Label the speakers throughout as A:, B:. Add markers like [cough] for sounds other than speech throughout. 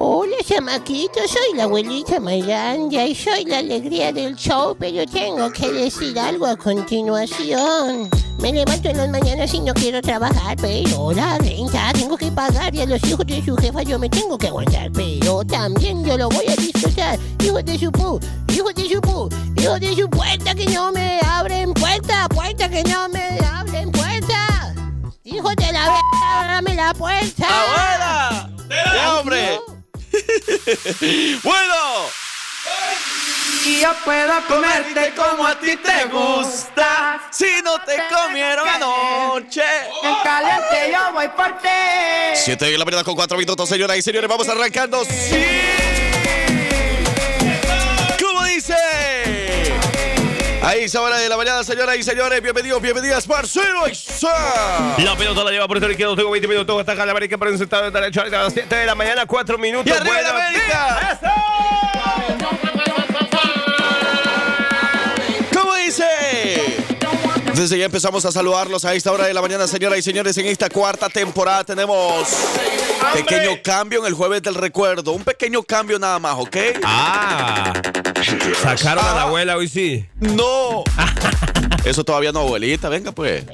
A: Hola, chamaquito, soy la abuelita Maylandia y soy la alegría del show, pero tengo que decir algo a continuación. Me levanto en las mañanas y no quiero trabajar, pero la renta tengo que pagar y a los hijos de su jefa yo me tengo que aguantar, pero también yo lo voy a disfrutar. Hijos de su pu, hijos de su pu, hijos de su puerta que no me abren puerta, puerta que no me abren puerta. Hijos de la verga, ábrame la puerta.
B: ¡Abuela! ¡Ya, hombre! [laughs] ¡Bueno!
C: Y yo puedo comerte como a ti te gusta.
B: Si no te comieron anoche.
C: En caliente yo voy por ti.
B: Siete de la mañana con cuatro minutos, señoras y señores. Vamos arrancando. ¡Sí! ¿Cómo dice? Ahí, esa hora de la mañana, señoras y señores. Bienvenidos, bienvenidas, parcero. Exa.
D: La pelota la lleva por el izquierdo, tengo 20 minutos, ataca la América por el sector de derecho, ahorita a las 7 de la mañana, 4 minutos.
B: ¡Y arriba la
D: Buenos
B: América!
D: días. ¡Eso!
B: ¿Cómo dice? Desde ya empezamos a saludarlos a esta hora de la mañana, señoras y señores. En esta cuarta temporada tenemos pequeño cambio en el jueves del recuerdo. Un pequeño cambio nada más, ¿ok?
D: ¡Ah! Sacaron a la abuela hoy sí.
B: ¡No! Eso todavía no, abuelita. Venga, pues.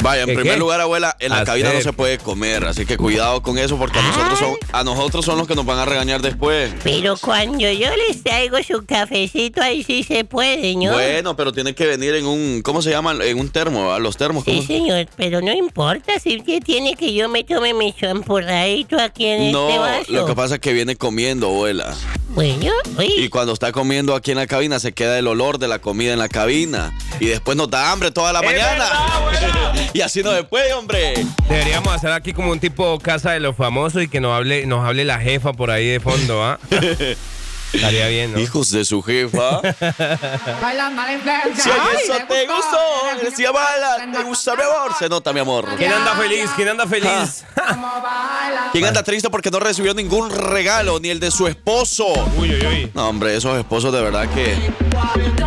B: Vaya, en
D: ¿Qué,
B: primer
D: qué?
B: lugar, abuela, en la
D: Hacer.
B: cabina no se puede comer, así que cuidado con eso porque a nosotros son, a nosotros son los que nos van a regañar después.
A: Pero cuando yo les traigo su cafecito, ahí sí se puede, ¿no?
B: Bueno, pero tiene que venir en un, ¿cómo se llama? En un termo, a los termos.
A: Sí,
B: ¿cómo?
A: señor, pero no importa si usted tiene que yo me tome mi champurradito aquí en
B: No,
A: este vaso.
B: lo que pasa es que viene comiendo, abuela.
A: Bueno,
B: Y
A: oye,
B: cuando está comiendo aquí en la cabina, se queda el olor de la comida en la cabina. Y después nos da hambre toda la mañana. y así no se puede, hombre.
D: Deberíamos hacer aquí como un tipo casa de los famosos y que nos hable, nos hable la jefa por ahí de fondo,
B: [laughs]
D: ¿ah? Estaría bien, ¿no?
B: Hijos de su jefa.
C: Baila mala influencia.
B: si
C: Ay,
B: eso te gustó, decía baila, te gusta mi amor. Se nota, mi amor. Ah.
D: ¿Quién anda feliz? ¿Quién anda feliz?
C: Como baila.
B: ¿Quién anda triste porque no recibió ningún regalo, ni el de su esposo?
D: Uy, uy, uy.
B: No, hombre, esos esposos de verdad que.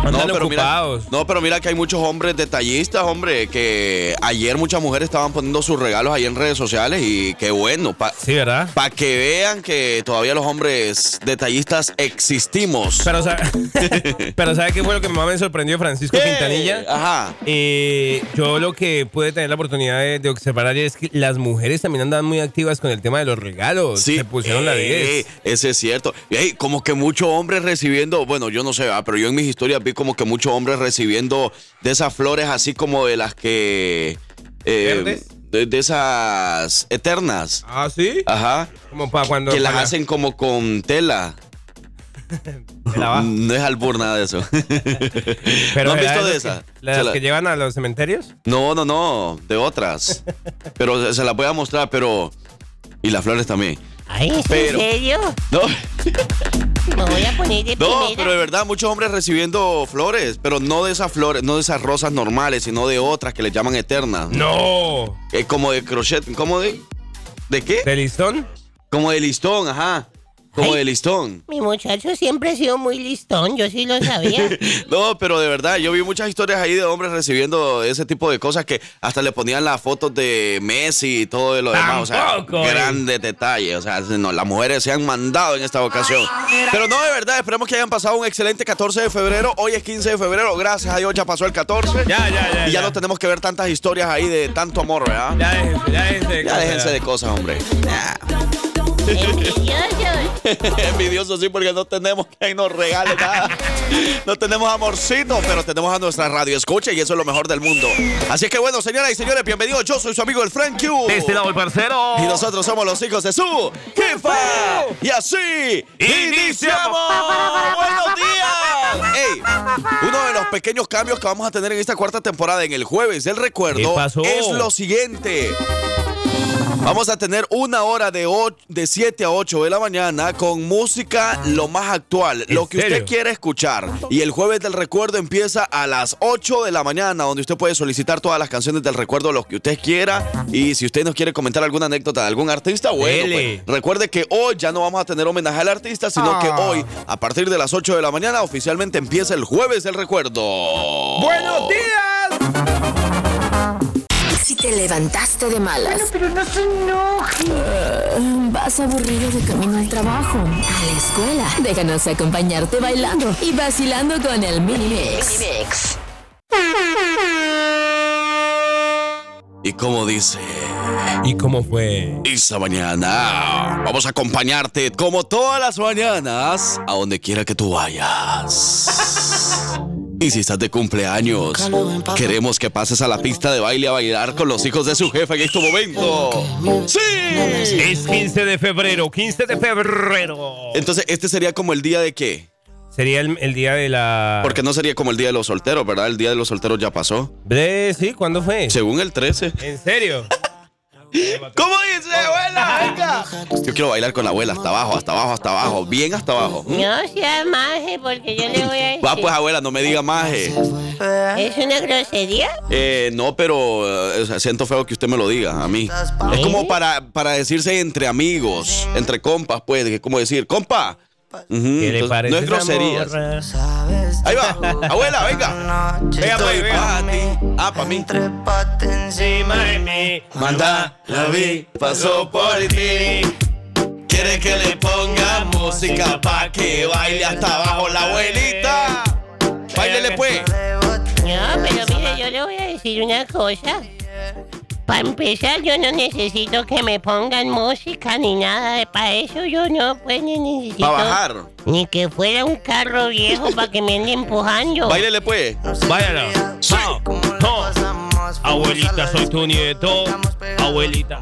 D: Andan
B: mira,
D: ocupados.
B: no, pero mira que hay muchos hombres detallistas, hombre, que ayer muchas mujeres estaban poniendo sus regalos ahí en redes sociales y qué bueno. pa-
D: Sí, ¿verdad?
B: Para que vean que todavía los hombres detallistas existimos.
D: Pero, sa-
B: [laughs]
D: Pero ¿sabes qué fue lo que más me sorprendió Francisco
B: ¿Qué?
D: Quintanilla?
B: Ajá.
D: Eh, yo lo que pude tener la oportunidad de, de observar ayer es que las mujeres también andaban muy activas con el tema de los regalos.
B: Sí.
D: Se Pues, pusieron la
B: Eh,
D: 10.
B: Ese es cierto. Ey, como que muchos hombres recibiendo, bueno, yo no sé, ah, pero yo en mis historias vi como que muchos hombres recibiendo de esas flores así como de las que... eh,
D: ¿Verdes?
B: de, de esas eternas.
D: Ah, sí.
B: Ajá.
D: Como para cuando.
B: que las
D: para-
B: hacen como con tela.
D: [laughs] de la baja.
B: No es albur nada
D: [laughs]
B: de eso. ¿No han
D: era
B: visto
D: esas
B: de esas?
D: que-
B: Se
D: ¿Las
B: la-
D: que llevan a los cementerios?
B: No, no, no,
D: [laughs]
B: de otras. Pero se- se las voy a mostrar, pero. Y las flores también.
A: ay, ¿es
B: pero-
A: ¿en serio?
B: No,
A: Me voy a poner de
B: no,
A: primera.
B: pero de verdad, muchos hombres recibiendo flores, pero no de esas flores, no de esas rosas normales, sino de otras que le llaman eternas.
D: ¡No!
B: Es como de crochet, ¿cómo de? ¿De qué?
D: ¿De listón?
B: Como de listón, ajá. Como
A: Ay.
B: de listón.
A: Mi muchacho siempre ha sido muy listón, yo sí lo
B: [laughs]
A: sabía.
B: No, pero de verdad, yo vi muchas historias ahí de hombres recibiendo ese tipo de cosas que hasta le ponían las fotos de Messi y todo lo demás.
D: Tampoco, eh.
B: o sea, grandes detalles. O sea, no, las mujeres se han mandado en esta ocasión. Pero no, de verdad, esperemos que hayan pasado un excelente 14 de febrero. Hoy es 15 de febrero, gracias a Dios ya pasó el 14.
D: Ya, ya, ya.
B: y ya, no tenemos que ver tantas historias ahí de tanto amor, ¿verdad?
D: Ya
B: [laughs]
D: déjense, ya déjense. de
B: Ya
D: cosas.
B: déjense de cosas, hombre. Ya.
A: Envidiosos.
B: Envidiosos sí, porque no tenemos que nos regale nada. No tenemos amorcito, pero tenemos a nuestra radio escucha y eso es lo mejor del mundo. Así es que bueno, señoras y señores, bienvenidos. Yo soy su amigo el Frank Q.
D: De este lado, el parcero.
B: Y nosotros somos los hijos de su jefa. Y así iniciamos. Buenos días. Ey, uno de los pequeños cambios que vamos a tener en esta cuarta temporada en el jueves del recuerdo
D: ¿Qué pasó?
B: es lo siguiente. Vamos a tener una hora de, och- de 7 a 8 de la mañana con música lo más actual,
D: ¿En
B: lo que usted
D: serio?
B: quiera escuchar. Y el jueves del recuerdo empieza a las 8 de la mañana, donde usted puede solicitar todas las canciones del recuerdo, los que usted quiera. Y si usted nos quiere comentar alguna anécdota de algún artista, bueno, pues,
D: Dele.
B: recuerde que hoy ya no vamos a tener homenaje al artista, sino que hoy, a partir de las 8 de la mañana, oficialmente empieza el jueves del recuerdo.
D: ¡Buenos días!
E: Si te levantaste de malas.
C: Pero no se enoje.
E: ¿Estás aburrido de camino al trabajo, a la escuela? Déjanos acompañarte bailando y vacilando con el Mini Mix.
B: Y como dice
D: ¿Y cómo fue?
B: Isa Mañana, vamos a acompañarte como todas las mañanas a donde quiera que tú vayas. Y si estás de cumpleaños, queremos que pases a la pista de baile a bailar con los hijos de su jefe en este momento. ¡Sí!
D: Es 15 de febrero, 15 de febrero.
B: Entonces, ¿este sería como el día de qué?
D: Sería el, el día de la...
B: Porque no sería como el día de los solteros, ¿verdad? El día de los solteros ya pasó.
D: Bre, Sí, ¿cuándo fue?
B: Según el 13.
D: ¿En serio?
B: ¿Cómo dice, abuela? Venga. Yo quiero bailar con la abuela, hasta abajo, hasta abajo, hasta abajo, bien hasta abajo. ¿Mm?
A: No sea maje, porque yo le voy a decir.
B: Va pues, abuela, no me diga más. eh.
A: ¿Es una grosería?
B: Eh, no, pero eh, o sea, siento feo que usted me lo diga a mí. Es como para, para decirse entre amigos, entre compas, pues, que es como decir, compa.
D: ¿Qué
B: Ujú,
D: le
B: entonces,
D: parece
B: no es
D: esa
B: grosería.
D: morra?
B: Ahí va, abuela, venga. Venga, pues, pa' ti, ah, pa' mí.
D: Encima de mí.
B: Manda, la vi, pasó por ti. Quiere que le ponga música pa' que baile hasta abajo la abuelita. Báilele pues.
A: No, pero mire, yo le voy a decir una cosa. Para empezar, yo no necesito que me pongan música ni nada. Para eso yo no, pues ni necesito.
B: Pa' bajar.
A: Ni que fuera un carro viejo para que me ande empujando.
B: Báilele pues.
D: Váyala. Abuelita, soy tu nieto. Abuelita.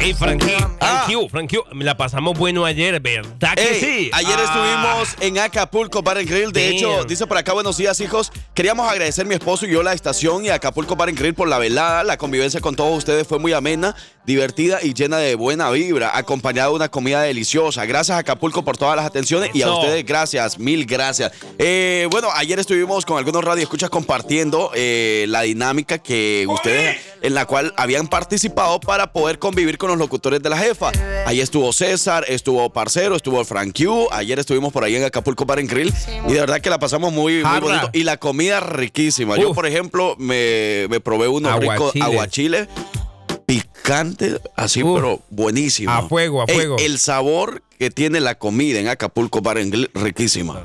D: Ey, Frankie,
B: Ah.
D: Frankie, Frankie, la pasamos bueno ayer, ¿verdad que
B: Ey,
D: sí?
B: Ayer
D: Ah.
B: estuvimos en Acapulco Bar and Grill. De
D: Damn.
B: hecho, dice por acá, buenos días, hijos. Queríamos agradecer mi esposo y yo la estación y a Acapulco Bar and Grill por la velada. La convivencia con todos ustedes fue muy amena, divertida y llena de buena vibra, acompañada de una comida deliciosa. Gracias, Acapulco, por todas las atenciones y a
D: Eso.
B: ustedes, gracias, mil gracias. Eh, bueno, ayer estuvimos con algunos radioescuchas compartiendo eh, la dinámica que ustedes, en la cual habían participado para poder convivir con los locutores de la jefa. Ahí estuvo César, estuvo Parcero, estuvo Frank Q. Ayer estuvimos por ahí en Acapulco Bar and Grill y de verdad que la pasamos muy, muy
D: Jarra.
B: bonito. Y la comida riquísima. Yo,
D: Uf.
B: por ejemplo, me, me probé unos ricos
D: Aguachiles.
B: aguachiles picante, así,
D: Uf.
B: pero buenísimo.
D: A fuego, a
B: Ey,
D: fuego.
B: el sabor que tiene la comida en Acapulco Bar and Grill, riquísima.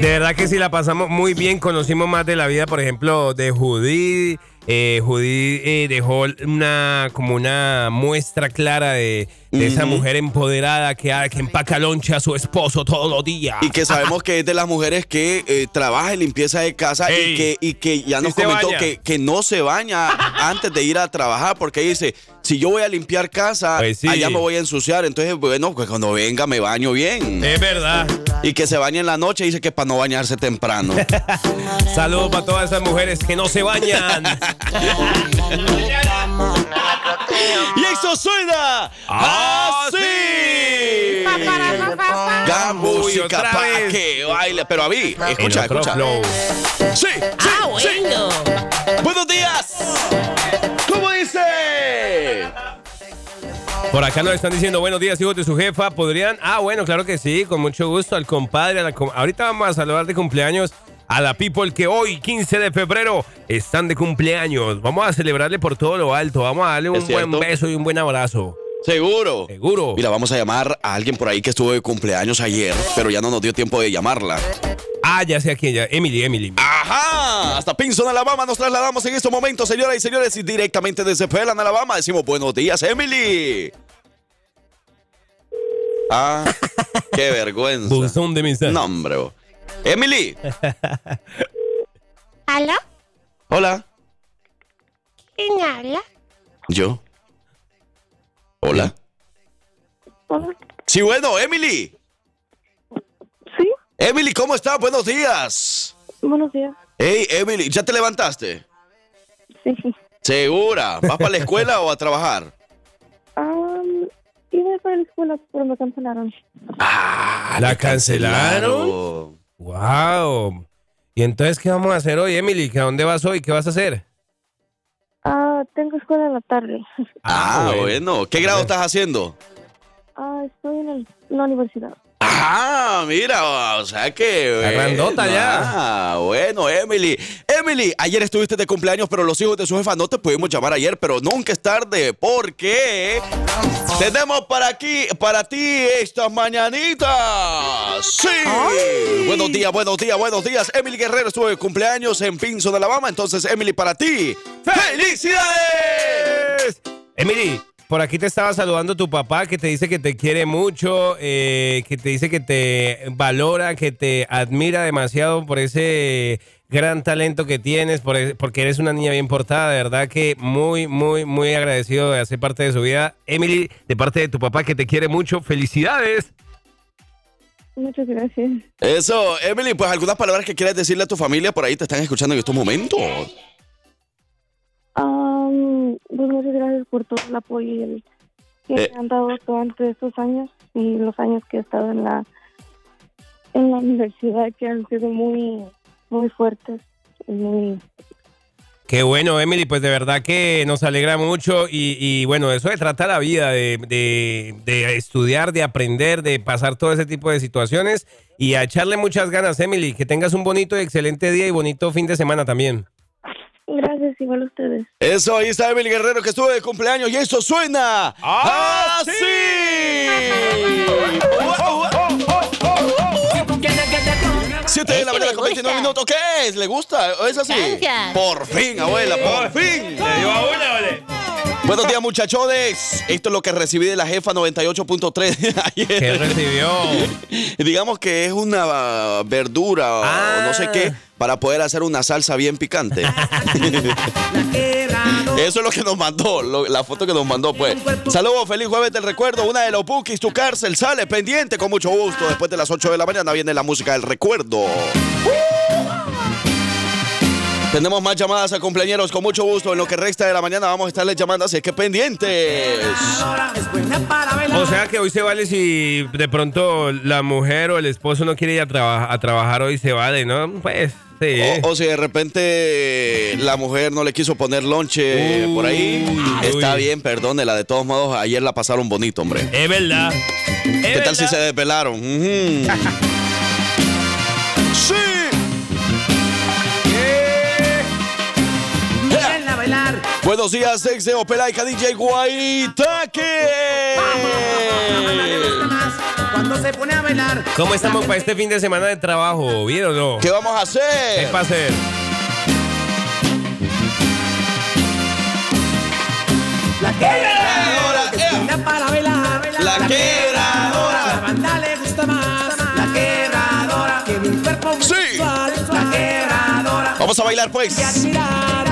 D: De verdad que sí la pasamos muy bien, conocimos más de la vida, por ejemplo, de Judy. Eh, Judy eh, dejó una como una muestra clara de, de esa mujer empoderada que, ah, que empaca lonche a su esposo todos los días.
B: Y que sabemos que es de las mujeres que eh, trabaja en limpieza de casa
D: Ey.
B: y que, y que ya
D: Sí
B: nos
D: se
B: comentó
D: baña.
B: que, que no se baña antes de ir a trabajar porque ella dice, si yo voy a limpiar casa,
D: Pues sí.
B: allá me voy a ensuciar, entonces bueno, pues cuando venga me baño bien.
D: Es verdad.
B: Y que se baña en la noche, dice que para no
D: [laughs]
B: bañarse temprano.
D: Saludos para todas esas mujeres que no se bañan.
B: y eso suena
D: ¡Ah,
B: así.
D: Uy,
B: Gran música
D: otra
B: para
D: vez.
B: que baile. Pero a mí,
D: En
B: escucha,
D: otro
B: escucha.
D: flow.
B: Sí, sí,
A: Ah,
B: sí.
A: bueno.
B: Buenos días. ¿Cómo dice?
D: Por acá nos están diciendo buenos días, hijos de su jefa. ¿Podrían? Ah, bueno, claro que sí, con mucho gusto al compadre. a la com- Ahorita vamos a saludar de cumpleaños a la people que hoy, 15 de febrero, están de cumpleaños. Vamos a celebrarle por todo lo alto. Vamos a darle un
B: Es cierto.
D: buen beso y un buen abrazo.
B: Seguro.
D: Seguro.
B: Mira, vamos a llamar a alguien por ahí que estuvo de cumpleaños ayer, pero ya no nos dio tiempo de llamarla.
D: Ah, ya sé a quién, ya. Emily, Emily.
B: Ah, ¡Ajá! Hasta Pinson, Alabama, nos trasladamos en estos momentos, señoras y señores, y directamente desde Pelan, Alabama, decimos buenos días, Emily. Ah,
D: [laughs]
B: qué vergüenza.
D: Buzón de mensaje.
B: No, hombre. bo. Emily.
A: ¿Aló?
B: Hola.
A: ¿Quién habla?
B: Yo. Hola. Sí, bueno, Emily.
F: Sí,
B: Emily, ¿cómo estás? Buenos días.
F: buenos días.
B: Hey, Emily, ¿ya te levantaste?
F: Sí.
B: Segura. ¿Vas para la escuela o a trabajar?
F: [laughs] Um, iba para la escuela, pero me cancelaron.
B: Ah,
D: ¿La Wow. ¿Y entonces qué vamos a hacer hoy, Emily? ¿Que ¿A dónde vas hoy? ¿Qué vas a hacer?
F: Ah, tengo escuela en la tarde. [laughs]
B: Ah, bueno. ¿Qué grado estás haciendo?
F: Ah, estoy en el- la universidad.
B: Ah, mira, o sea que...
D: La grandota ya.
B: Ah, bueno, Emily. Emily, ayer estuviste de cumpleaños, pero los hijos de su jefa no te pudimos llamar ayer, pero nunca es tarde, porque tenemos para aquí, para ti, estas mañanitas. ¡Sí! Buenos días, buenos días, buenos días. Emily Guerrero estuvo de cumpleaños en Pinson, Alabama, entonces, Emily, para ti, ¡felicidades!
D: Emily, por aquí te estaba saludando tu papá que te dice que te quiere mucho, eh, que te dice que te valora, que te admira demasiado por ese gran talento que tienes, por e- porque eres una niña bien portada. De verdad que muy, muy, muy agradecido de hacer parte de su vida. Emily, de parte de tu papá que te quiere mucho, felicidades.
F: Muchas gracias.
B: Eso, Emily, pues algunas palabras que quieras decirle a tu familia por ahí te están escuchando en estos momentos.
F: Am, pues muchas gracias por todo el apoyo y el- que
B: Eh.
F: me han dado durante estos años y los años que he estado en la en la universidad que han sido muy muy fuertes y muy
D: Qué bueno, Emily, pues de verdad que nos alegra mucho y, y bueno, eso se trata la vida, de, de- de estudiar, de aprender, de pasar todo ese tipo de situaciones y a echarle muchas ganas, Emily, que tengas un bonito y excelente día y bonito fin de semana también.
F: gracias igual a ustedes.
B: Eso, ahí está Emily Guerrero que estuvo de cumpleaños y eso suena
D: ¡Ah,
B: así. Siete de la
A: Este
B: mañana
A: me
B: con 29
A: gusta.
B: minutos. ¿Qué es? ¿Le gusta? ¿O es así?
A: Gracias.
B: Por fin, abuela, por fin. Buenos días, muchachones. Esto es lo que recibí de la jefa 98.3
D: ¿Qué
B: ayer.
D: recibió?
B: [laughs] Digamos que es una verdura o
D: Ah.
B: no sé qué para poder hacer una salsa bien
D: [laughs]
B: picante. Eso es lo que nos mandó, lo- la foto que nos mandó, pues. Saludos, feliz jueves del recuerdo. Una de los bookies, tu cárcel, sale pendiente con mucho gusto. Después de las 8 de la mañana viene la música del recuerdo. Tenemos más llamadas a compañeros con mucho gusto. En lo que resta de la mañana vamos a estarles llamando, así es que pendientes.
D: O sea que hoy se vale si de pronto la mujer o el esposo no quiere ir a, traba- a trabajar hoy, se vale, ¿no? Pues sí.
B: O, o si de repente la mujer no le quiso poner lonche por ahí,
D: Uy.
B: está bien, perdónela. De todos modos, ayer la pasaron bonito, hombre.
D: Es verdad.
B: ¿Qué tal si se desvelaron? Ujú. ¡Sí!
C: Eh.
B: Buenos días, ex de Opelaica DJ Guaitaque.
C: Cuando se pone a bailar.
D: ¿Cómo estamos para este fin de semana de trabajo? ¿Bien o no?
B: ¿Qué vamos a
D: ¿Qué
B: hacer?
D: va a hacer?
C: La quebradora, que
B: ea.
C: suena para bailar.
B: eh. La quebradora.
C: A la banda le gusta más. La quebradora, que mi cuerpo muy
B: Sí.
C: sensual. La quebradora,
B: Vamos a bailar pues.
C: admirar.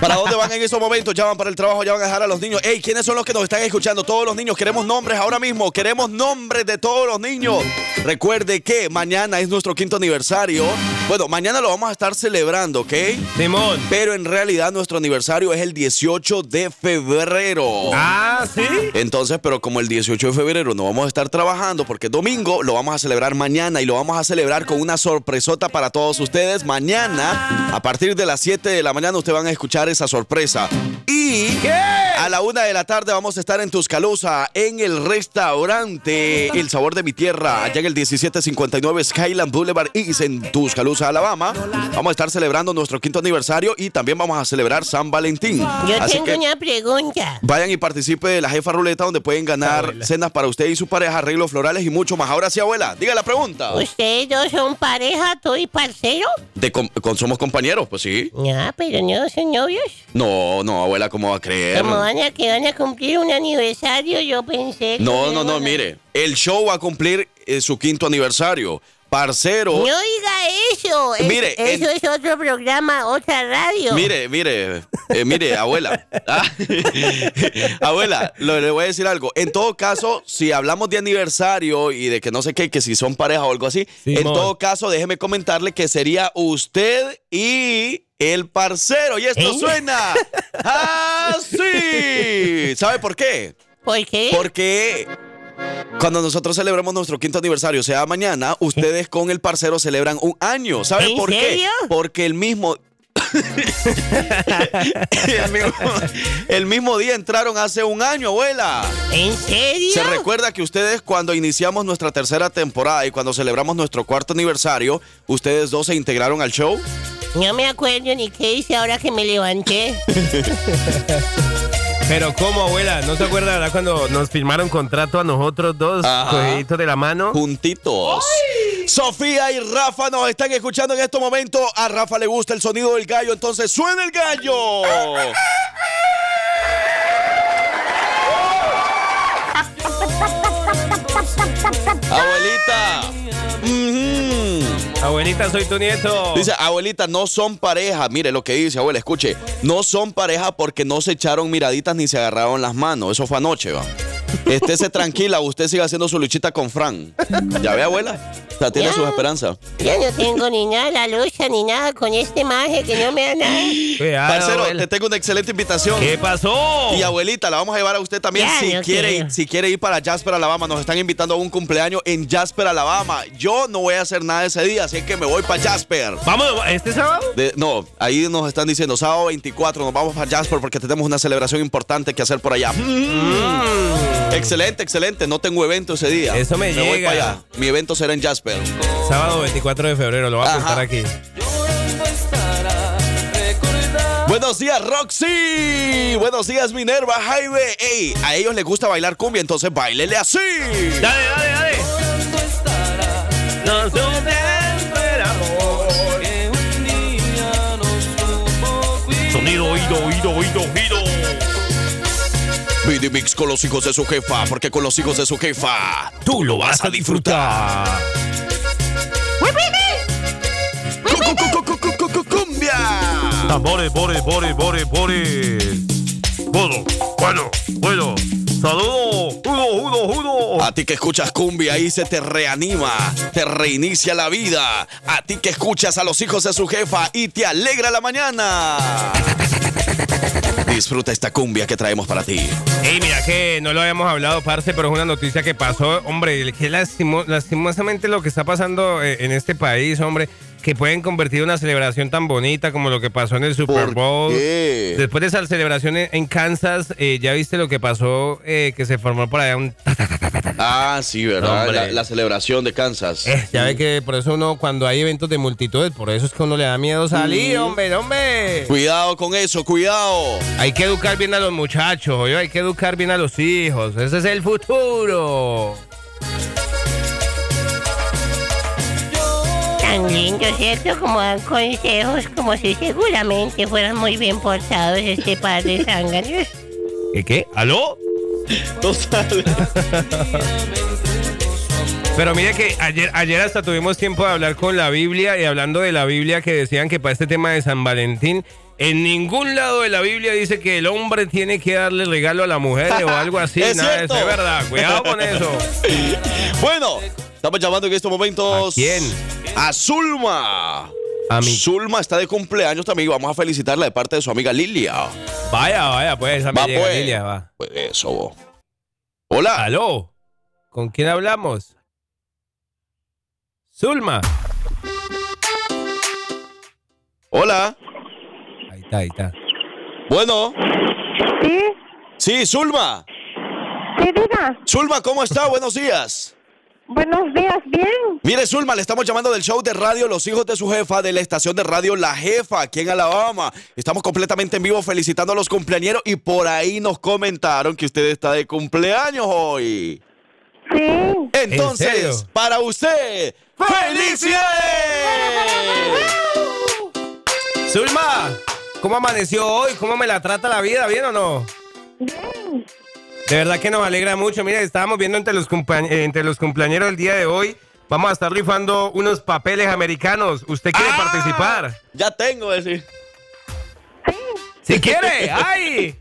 B: ¿Para dónde van en esos momentos? Ya van para el trabajo, ya van a dejar a los niños. Ey, ¿quiénes son los que nos están escuchando? Todos los niños, queremos nombres ahora mismo, queremos nombres de todos los niños. Recuerde que mañana es nuestro quinto aniversario. Bueno, mañana lo vamos a estar celebrando, ¿ok?
D: Simón.
B: Pero en realidad nuestro aniversario es el 18 de febrero.
D: Ah, sí.
B: Entonces, pero como el 18 de febrero no vamos a estar trabajando porque es domingo, lo vamos a celebrar mañana y lo vamos a celebrar con una sorpresota para todos ustedes. Mañana, a partir de las 7 de la mañana, ustedes van a escuchar esa sorpresa. Y a la 1 de la tarde vamos a estar en Tuscaloosa, eh.
C: [laughs]
B: en el restaurante El Sabor de mi Tierra, allá en el 1759 Skyland Boulevard East, en Tuscaloosa, Alabama. Vamos a estar celebrando nuestro quinto aniversario y también vamos a celebrar San Valentín.
A: Yo
B: Así
A: tengo
B: que-
A: una pregunta.
B: Vayan y participe de la jefa ruleta donde pueden ganar
D: Abuela.
B: cenas para usted y su pareja, arreglos florales y mucho más. Ahora sí, abuela, diga la pregunta.
A: ¿Ustedes dos son pareja, tú y parcero?
B: De com- con- somos compañeros, pues sí.
A: No, Ah, pero no son novios.
B: No, no, abuela, ¿cómo va a creer?
A: Como van a que van a cumplir un aniversario, yo pensé que
B: No, no,
A: iban
B: no,
A: a-
B: mire. El show va a cumplir eh, su quinto aniversario. Parcero.
A: No diga eso. Es-
B: Mire,
A: eso
B: en-
A: es otro programa, otra radio.
B: Mire, mire, eh, mire, abuela. Ah, [laughs] abuela, lo- le voy a decir algo. En todo caso, si hablamos de aniversario y de que no sé qué, que si son pareja o algo así, en
D: Simón.
B: todo caso, déjeme comentarle que sería usted y el parcero. Y esto
A: ¿Eh? [laughs]
B: suena así. ¿Sabe por qué?
A: ¿Por qué?
B: Porque cuando nosotros celebramos nuestro quinto aniversario, o sea mañana, ustedes con el parcero celebran un año. ¿Saben
A: ¿En
B: por
A: serio?
B: qué? Porque el mismo. [laughs] el, mismo, el mismo día entraron hace un año, abuela.
A: ¿En serio?
B: Se recuerda que ustedes cuando iniciamos nuestra tercera temporada y cuando celebramos nuestro cuarto aniversario, ustedes dos se integraron al show.
A: No me acuerdo ni qué hice ahora que me levanté.
D: Pero cómo, abuela, ¿no se acuerda verdad, cuando nos firmaron contrato a nosotros dos,
B: Ajá.
D: cogiditos de la mano?
B: Juntitos. Sofía y Rafa nos están escuchando en este momento. A Rafa le gusta el sonido del gallo, entonces suena el gallo. Abuelita. Ujú.
D: Abuelita, soy tu nieto.
B: Dice, abuelita, no son pareja. Mire lo que dice, abuela, escuche. No son pareja porque no se echaron miraditas ni se agarraron las manos. Eso fue anoche, va.
D: [laughs]
B: Estése tranquila, usted sigue haciendo su luchita con Fran. Ya ve, abuela. O sea, tiene
A: Ya.
B: sus esperanzas.
A: Yo no tengo ni nada, la lucha, ni nada con este maje que no me da nada.
D: Cuidado,
B: Parcero,
D: abuela.
B: te tengo una excelente invitación.
D: ¿Qué pasó?
B: Y abuelita, la vamos a llevar a usted también
A: Ya,
B: si
A: yo
B: quiere
A: quiero.
B: si quiere ir para Jasper, Alabama. Nos están invitando a un cumpleaños en Jasper, Alabama. Yo no voy a hacer nada ese día, así que me voy para Jasper.
D: Vamos, ¿este sábado?
B: De- no, ahí nos están diciendo, sábado 24 nos vamos para Jasper porque tenemos una celebración importante que hacer por allá. Mm. Excelente, excelente. No tengo evento ese día.
D: Eso me
B: voy
D: llega.
B: para allá. Mi evento será en Jasper.
D: Sábado 24 de febrero, lo voy a
B: Ajá.
D: apuntar aquí.
B: Buenos días, Roxy. Buenos días, Minerva, Jaime. Ey, a ellos les gusta bailar cumbia, entonces bailele así.
D: Dale, dale, dale. No supe el amor. Sonido, oído, oído, oído, oído.
B: Mini Mix con los hijos de su jefa, porque con los hijos de su jefa.
D: Tú lo vas a disfrutar.
B: cu- cu- cu- cu- cu- cu- cu- ¡Cumbia!
D: Tambores, bores, bores, bores, bores. Bueno, bueno, bueno. Saludos. Uno, uno, uno.
B: A ti que escuchas cumbia ahí se te reanima, te reinicia la vida. A ti que escuchas a los hijos de su jefa y te alegra la mañana. Disfruta esta cumbia que traemos para ti.
D: Ey, mira que no lo habíamos hablado, parce, pero es una noticia que pasó. Hombre, que lastimo- lastimosamente lo que está pasando eh, en este país, hombre, que pueden convertir una celebración tan bonita como lo que pasó en el Super
B: ¿Por
D: Bowl.
B: qué?
D: Después de esa celebración en, en Kansas, eh, ya viste lo que pasó, eh, que se formó por allá un...
B: Ah, sí, ¿verdad?
D: Hombre.
B: La, la celebración de Kansas.
D: Eh, ya ve que por eso uno, cuando hay eventos de multitudes, por eso es que uno le da miedo salir, hombre, hombre.
B: Mm. Cuidado con eso, cuidado.
D: Hay que educar bien a los muchachos, oye, hay que educar bien a los hijos. Ese es el futuro.
A: Tan lindo, ¿cierto? Como dan consejos, como si seguramente fueran muy bien portados este par de zánganos.
D: ¿Qué ¿Eh, qué? ¿Aló? Pero mire que ayer, ayer hasta tuvimos tiempo de hablar con la Biblia y hablando de la Biblia que decían que para este tema de San Valentín, en ningún lado de la Biblia dice que el hombre tiene que darle regalo a la mujer o algo así.
B: Es
D: nada de
B: cierto.
D: eso, es verdad. Cuidado con eso.
B: Bueno, estamos llamando en estos momentos.
D: ¿A quién?
B: A Zulma.
D: A mi-
B: Zulma está de cumpleaños también y vamos a felicitarla de parte de su amiga Lilia.
D: Vaya, vaya, pues, esa me
B: Va,
D: llega,
B: pues.
D: Lilia, va.
B: Pues eso. vos. Hola.
D: ¿Aló? ¿Con quién hablamos? Zulma.
B: Hola.
D: Ahí está, ahí está.
B: Bueno.
F: Sí,
B: Sí, Zulma.
F: sí, diga.
B: Zulma, ¿cómo está? Buenos días.
F: Buenos días, bien.
B: Mire, Zulma, le estamos llamando del show de radio Los Hijos de su Jefa, de la estación de radio La Jefa, aquí en Alabama. Estamos completamente en vivo felicitando a los cumpleañeros y por ahí nos comentaron que usted está de cumpleaños hoy.
F: Sí.
D: serio?
B: Entonces, eh, para usted, ¡felicidades!
D: Zulma, ¿cómo amaneció hoy? ¿Cómo me la trata la vida? ¿Bien o no? De verdad que nos alegra mucho. Mire, estábamos viendo entre los, cumpleaños entre los cumpleañeros el día de hoy. Vamos a estar rifando unos papeles americanos. ¿Usted quiere participar?
B: Ah, Ya tengo, eh, decir.
D: ¡Si quiere! ¡Ay!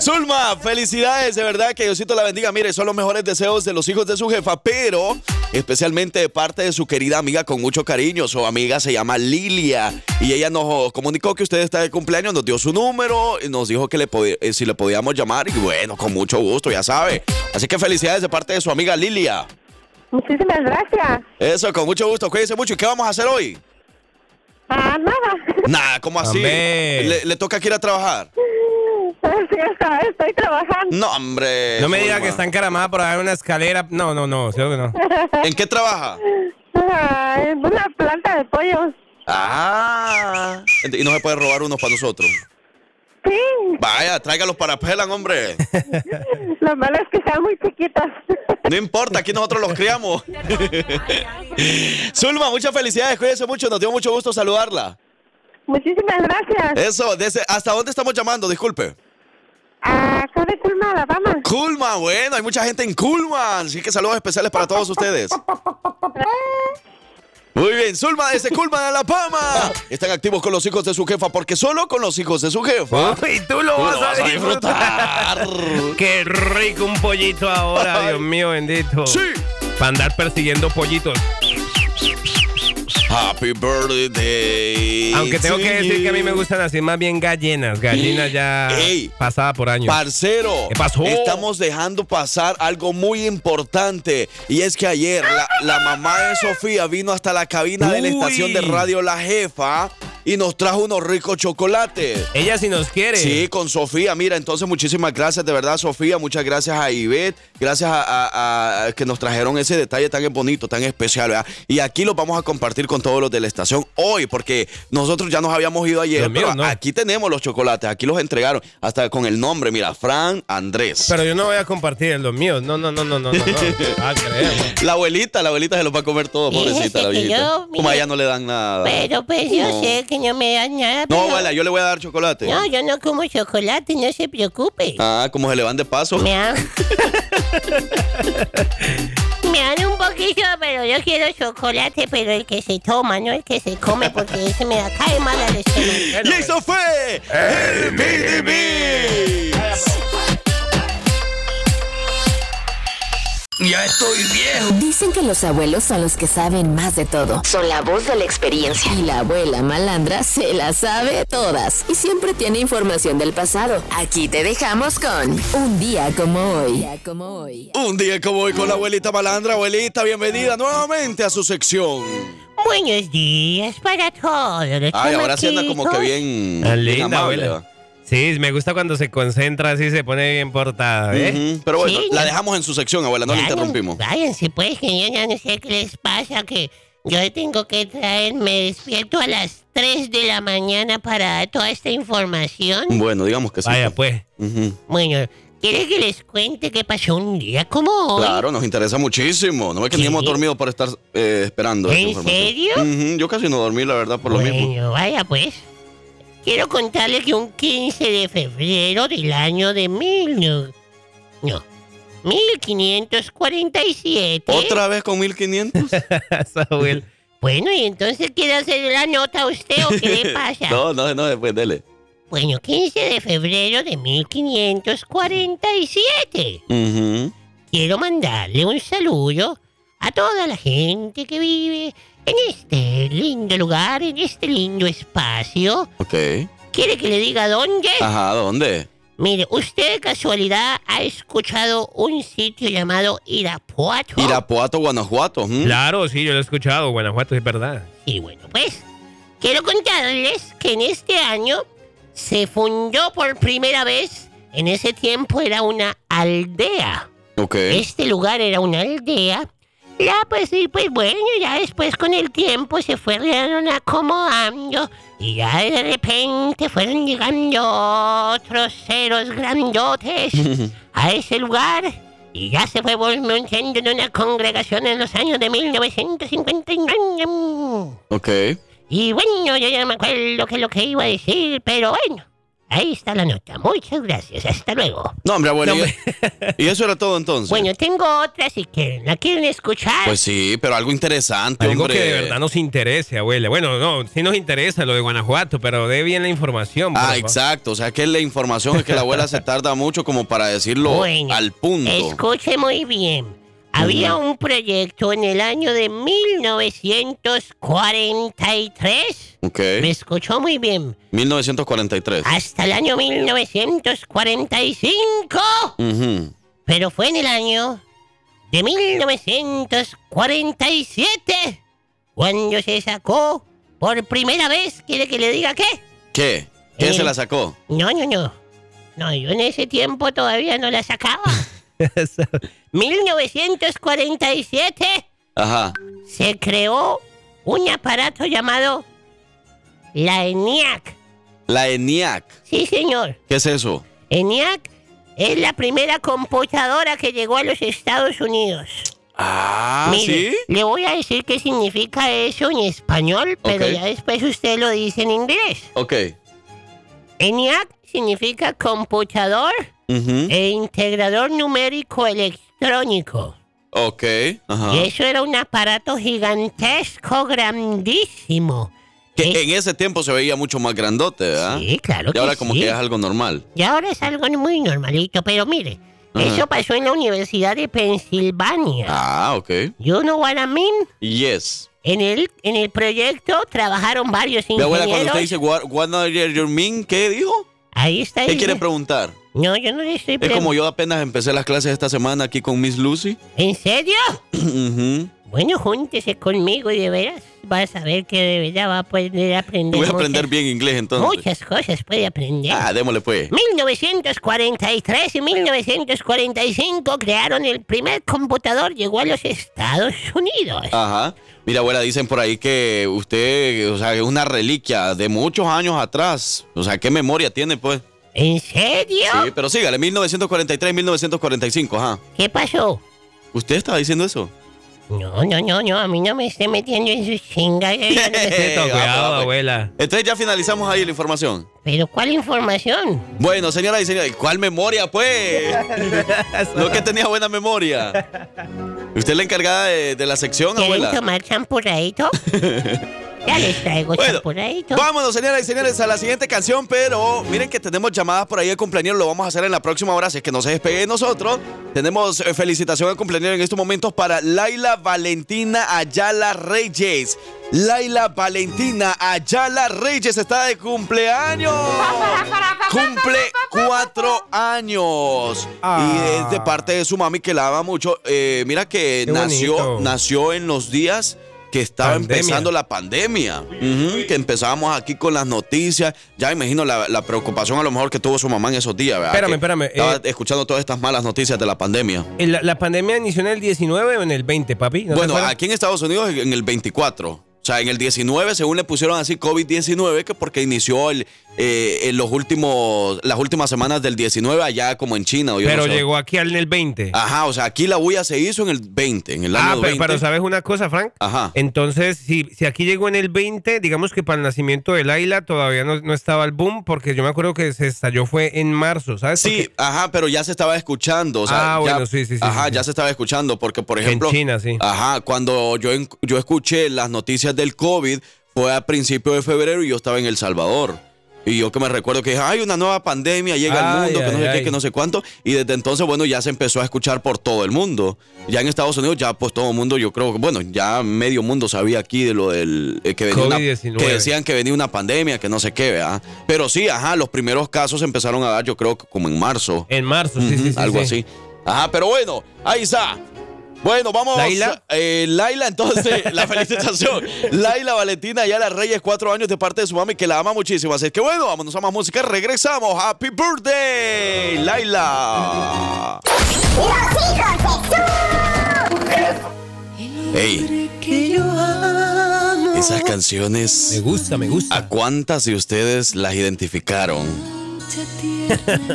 B: Zulma, felicidades, de verdad, que Diosito la bendiga. Mire, son los mejores deseos de los hijos de su jefa, pero especialmente de parte de su querida amiga con mucho cariño. Su amiga se llama Lilia y ella nos comunicó que usted está de cumpleaños, nos dio su número y nos dijo que le podi- eh, si le podíamos llamar y bueno, con mucho gusto, ya sabe. Así que felicidades de parte de su amiga Lilia.
F: Muchísimas gracias.
B: Eso, con mucho gusto, cuídense mucho. ¿Y qué vamos a hacer hoy?
F: Ah, nada. [laughs]
B: Nah, ¿cómo así?
D: Amén.
B: Le, le toca que ir a trabajar.
F: Estoy trabajando.
B: No, hombre.
D: No me diga
B: digas
D: que está encaramada por ahí una escalera. No, no, no, seguro que
F: [laughs]
D: no.
B: ¿En qué trabaja?
F: Ah, en una planta de pollos.
B: Ah. Y no se puede robar unos para nosotros.
F: [laughs] Sí,
B: Vaya, tráigalos para Pelan, hombre.
F: lo malo es que están muy chiquitas.
B: No importa, aquí nosotros los criamos. Zulma, muchas felicidades, cuídense mucho, nos dio mucho gusto saludarla.
F: Muchísimas gracias.
B: Eso, desde- ¿hasta dónde estamos llamando? Disculpe.
F: Ah, Acá de Tulma, Alabama.
B: Culman, bueno, hay mucha gente en Culman, así que saludos especiales para todos ustedes. Muy bien, Zulma desde Culman, Alabama. Están activos con los hijos de su jefa, porque solo con los hijos de su jefa
D: Y tú lo
B: tú
D: vas,
B: lo vas
D: a
B: a
D: disfrutar.
B: disfrutar.
D: Qué rico un pollito ahora, Dios mío bendito.
B: Sí.
D: Para andar persiguiendo pollitos.
B: Happy birthday.
D: Aunque tengo
B: to
D: que decir que a mí me
B: you.
D: gustan así más bien gallinas. Gallinas ya
B: Ey.
D: pasada por años.
B: Parcero,
D: ¿Qué pasó?
B: estamos dejando pasar algo muy importante. Y es que ayer la, la mamá de Sofía vino hasta la cabina de la
D: Uy.
B: estación de radio La Jefa ¿ah? y nos trajo unos ricos chocolates.
D: Ella si nos quiere.
B: Sí, con Sofía. Mira, entonces muchísimas gracias, de verdad, Sofía. Muchas gracias a Ivette. Gracias a, a- a- que nos trajeron ese detalle tan bonito, tan especial, ¿verdad? Y aquí lo vamos a compartir con todos los de la estación hoy, porque nosotros ya nos habíamos ido ayer,
D: Dios mío,
B: pero
D: no.
B: aquí tenemos los chocolates, aquí los entregaron, hasta con el nombre, mira, Fran Andrés.
D: Pero yo no voy a compartir los míos. No, no, no, no,
B: [laughs]
D: no, no. no. Ah, creemos.
B: la abuelita, la abuelita se los va a comer todo,
A: Fíjese
B: pobrecita la
A: que
B: viejita.
A: yo, mira-
B: Como a ella no le dan nada.
A: Pero pues yo
B: Ah. No.
A: sé que no me dan nada.
B: no,
A: pero-
B: abuela, yo le voy a dar chocolate.
A: No, yo no como chocolate, no se preocupe.
B: Ah, como se le van de paso.
A: Me dan... Me dan un poquito, pero yo quiero chocolate, pero el que se toma, no el que se come, porque ese me da cae mal al
B: [laughs]
A: estómago.
B: Y eso fue el BDB.
E: Dicen que los abuelos son los que saben más de todo. Son la voz de la experiencia. Y la abuela malandra se la sabe todas. Y siempre tiene información del pasado. Aquí te dejamos con Un día como hoy. Un día como hoy.
B: [laughs] Un día como hoy con la abuelita malandra, abuelita, bienvenida nuevamente a su sección.
A: Buenos días para todos. los
B: Ay, ahora sí anda como que
A: chamaquitos.
B: bien,
D: Tan
B: bien
D: Ah, linda,
B: amable,
D: abuela.
B: ¿va?
D: Sí, me gusta cuando se concentra así, se pone bien portada. ¿eh?
B: Ujú, Pero bueno,
A: Sí,
B: la
A: ya.
B: dejamos en su sección, abuela, no la
A: Claro,
B: interrumpimos.
A: Váyanse pues, que yo ya no sé qué les pasa, que yo tengo que traer, me despierto a las 3 de la mañana para dar toda esta información.
B: Bueno, digamos que sí.
D: Vaya, pues.
B: Ujú.
A: Bueno, ¿quiere que les cuente qué pasó un día como hoy?
B: Claro, nos interesa muchísimo. No es que
A: Sí.
B: ni hemos dormido por estar eh, esperando. esta
A: ¿En
B: información.
A: serio?
B: Ujú, Yo casi no dormí, la verdad, por lo
A: bueno,
B: mismo.
A: vaya pues. Quiero contarle que un 15 de febrero del año de mil... No, no, 1547...
B: ¿Otra vez
A: [laughs]
B: con 1500?
D: Esa abuela.
A: Bueno, y entonces quiere hacer la nota a usted o qué
B: [laughs]
A: le pasa.
B: no, no, no, después, dele.
A: Bueno, 15 de febrero de 1547.
B: Ujú.
A: Quiero mandarle un saludo a toda la gente que vive en este lindo lugar, en este lindo espacio.
B: Ok. Ah.
A: ¿Quiere que le diga dónde?
B: Ajá, ¿dónde?
A: Mire, usted de casualidad ha escuchado un sitio llamado Irapuato.
B: Irapuato, Guanajuato. ujú.
D: Claro, sí, yo lo he escuchado. Guanajuato es verdad.
A: Y bueno, pues, quiero contarles que en este año se fundó por primera vez, en ese tiempo era una aldea.
B: Ok.
A: Este lugar era una aldea. Ya, pues, y pues bueno, ya después con el tiempo se fueron acomodando y ya de repente fueron llegando otros ceros
G: [laughs]
A: grandotes
G: Eh,
A: a ese lugar y ya se fue volviendo en una congregación en los años de 1959.
B: Ok.
A: Y bueno, yo ya no me acuerdo qué es lo que iba a decir, pero bueno, ahí está la nota. Muchas gracias, hasta luego.
B: No, hombre, abuela.
D: No,
B: y- e-, y eso era todo entonces.
A: Bueno, ah. tengo otra si quieren, ¿la quieren escuchar?
B: Pues sí, pero algo interesante,
D: Algo
B: hombre.
D: que de verdad nos interese, abuela. Bueno, no, sí nos interesa lo de Guanajuato, pero dé bien la información. por
B: Ah,
D: favor.
B: exacto. O sea, que la información es que la abuela se tarda mucho como para decirlo
A: Bueno,
B: al punto.
A: Escuche muy bien. Había un proyecto en el año de 1943.
B: Ok.
A: Me escuchó muy bien.
B: 1943.
A: Hasta el año 1945.
B: Ujú.
A: Pero fue en el año de 1947 cuando se sacó Por primera vez, ¿quiere que le diga qué?
B: ¿Qué? ¿Quién
A: Eh.
B: se la sacó?
A: No, no, no. No, yo en ese tiempo todavía no la sacaba. 1947
B: Ajá.
A: se creó un aparato llamado la ENIAC.
B: La ENIAC.
A: Sí, señor.
B: ¿Qué es eso?
A: ENIAC es la primera computadora que llegó a los Estados Unidos.
B: Ah,
A: Mire, le voy a decir qué significa eso en español, pero
B: Ok.
A: ya después usted lo dice en inglés.
B: Ok.
A: ENIAC significa computador
B: Ujú.
A: e integrador numérico electrónico.
B: Ok. Ajá.
A: Y eso era un aparato gigantesco, grandísimo.
B: Que en ese tiempo se veía mucho más grandote, ¿verdad?
A: Eh. Sí, claro
B: Y ahora
A: que
B: como
A: sí.
B: que es algo normal.
A: Y ahora es algo muy normalito, pero mire,
B: Ajá.
A: eso pasó en la Universidad de Pensilvania.
B: Ah, ok.
A: You know what I mean?
B: Yes.
A: En el, en el proyecto trabajaron varios
B: Mi abuela cuando
A: ingenieros.
B: usted dice what, what are your mean, ¿qué dijo?
A: Ahí está.
B: ¿Qué
A: dice-
B: quiere preguntar?
A: No, yo no le estoy
B: Es
A: pre-
B: como yo apenas empecé las clases esta semana aquí con Miss Lucy.
A: ¿En serio?
B: [clears throat] Ujú.
A: Bueno, júntese conmigo y de veras vas a ver que de verdad va a poder aprender.
B: Voy a aprender
A: muchas,
B: bien inglés entonces.
A: muchas cosas puede aprender.
B: Ah, démosle pues.
A: 1943 y 1945 crearon el primer computador, llegó a los Estados Unidos.
B: Ajá. Mira, abuela, dicen por ahí que usted, o sea, es una reliquia de muchos años atrás. O sea, ¿qué memoria tiene, pues?
A: ¿En serio?
B: Sí, pero sígale, 1943, 1945, ajá.
A: ¿Qué pasó?
B: ¿Usted estaba
A: [laughs]
B: diciendo eso?
A: No, no, no, no, a mí no me esté metiendo en sus chingaderas.
D: Teto,
B: Eh,
D: cuidado,
B: [laughs] vamos,
D: abuela.
B: Entonces ya finalizamos ahí la información.
A: Pero ¿cuál información?
B: Bueno, señora y señores, ¿cuál
A: [laughs]
B: memoria, pues? no que tenía buena memoria. ¿Usted es la encargada de, de la sección,
A: ¿Quieren
B: abuela?
A: tomar
B: [laughs]
A: champuradito? ya les traigo
B: Bueno,
A: champuradito.
B: Vámonos, señoras y señores, a la siguiente canción, pero miren que tenemos llamadas por ahí de cumpleaños, lo vamos a hacer en la próxima hora, así es que no se despegue de nosotros. Tenemos eh, felicitación de cumpleaños en estos momentos para Laila Valentina Ayala Reyes. Laila Valentina Ayala Reyes está de cumpleaños. Cumple cuatro años. Y es de parte de su mami que la ama mucho. Eh, mira que
D: Ah. Qué
B: nació,
D: bonito.
B: nació en los días que estaba
D: Pandemia.
B: empezando la pandemia, Ujú, que empezábamos aquí con las noticias. Ya imagino la, la preocupación a lo mejor que tuvo su mamá en esos días, ¿verdad?
D: Espérame,
B: Que
D: espérame,
B: Estaba
D: eh.
B: escuchando todas estas malas noticias de la pandemia.
D: ¿La, la pandemia inició en el 19 o en el 20, papi? ¿No te
B: bueno,
D: acuerdas?
B: aquí en Estados Unidos en el 24. O sea, en el 19, según le pusieron así COVID-19, que porque inició el, eh, en los últimos, las últimas semanas del 19 allá como en China. o ah, yo no
D: pero
B: sé. Ah,
D: llegó aquí al- en el 20.
B: Ajá, o sea, aquí la bulla se hizo en el 20, en el
D: Ah,
B: año
D: pero,
B: 20.
D: pero ¿sabes una cosa, Frank?
B: Ajá.
D: Entonces, si, si aquí llegó en el 20, digamos que para el nacimiento de Laila todavía no, no estaba el boom, porque yo me acuerdo que se estalló fue en marzo, ¿sabes?
B: Sí,
D: Porque-
B: ajá, pero ya se estaba escuchando. O sea,
D: Ah,
B: ya-
D: bueno, sí, sí, sí,
B: Ajá,
D: sí, sí.
B: ya se estaba escuchando porque, por ejemplo.
D: en China, sí.
B: Ajá, cuando yo, en- yo escuché las noticias del COVID fue a principios de febrero y yo estaba en El Salvador. Y yo que me recuerdo que hay una nueva pandemia, llega al
D: Ay,
B: mundo, que no
D: ay,
B: sé qué,
D: ay.
B: que no sé cuánto. Y desde entonces, bueno, ya se empezó a escuchar por todo el mundo. Ya en Estados Unidos, ya pues todo el mundo, yo creo que, bueno, ya medio mundo sabía aquí de lo del eh, que venía una-
D: COVID-19.
B: que decían que venía una pandemia, que no sé qué, ¿verdad? Pero sí, ajá, los primeros casos se empezaron a dar, yo creo que como en marzo.
D: En marzo, sí,
B: Ujú,
D: sí, sí.
B: algo
D: sí.
B: así. Ajá, pero bueno, ahí está. Bueno, vamos.
D: ¿Laila?
B: eh, Laila, entonces, [laughs] la felicitación. Laila Valentina Ayala Reyes, cuatro años de parte de su mami, que la ama muchísimo. Así es que bueno, vámonos a más música. Regresamos. ¡Happy birthday, Laila! Ey, esas
D: Me
B: canciones,
D: gusta, me
B: ¿a
D: gusta.
B: cuántas de ustedes las identificaron?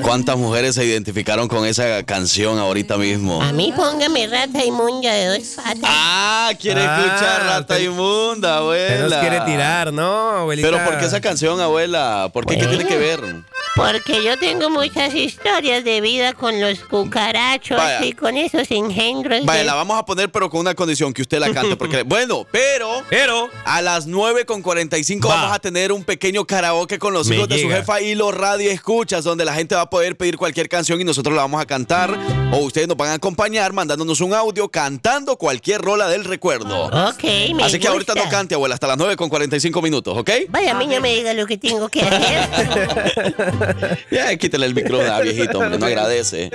B: ¿Cuántas mujeres se identificaron con esa canción ahorita mismo?
A: A mí póngame rata inmunda de dos patas.
B: Ah, quiere
D: Ah,
B: escuchar Rata
D: usted-
B: Inmunda, abuela.
D: Se nos quiere tirar, ¿no, abuelita?
B: Pero ¿por qué esa canción, abuela? ¿Por qué? ¿Qué
A: Bueno.
B: tiene que ver?
A: Porque yo tengo muchas historias de vida con los cucarachos
B: Vaya.
A: y con esos engendros.
B: Vaya,
A: de-
B: la vamos a poner, pero con una condición, que usted la cante. Porque, bueno, pero
D: Pero,
B: a las 9 con 45
D: Va.
B: vamos a tener un pequeño karaoke con los
D: Me
B: hijos de su
D: llega.
B: jefa y los radio escuchas, donde la gente va a poder pedir cualquier canción y nosotros la vamos a cantar. O ustedes nos van a acompañar mandándonos un audio cantando cualquier rola del recuerdo.
A: Ok, me
B: Así que ahorita
A: gusta.
B: no cante, abuela, hasta las 9 con 45 minutos, ¿ok?
A: Vaya, a mí no me diga lo que tengo que
B: [laughs]
A: hacer.
B: Ya, quítale el micrófono ah, a viejito, hombre, no agradece.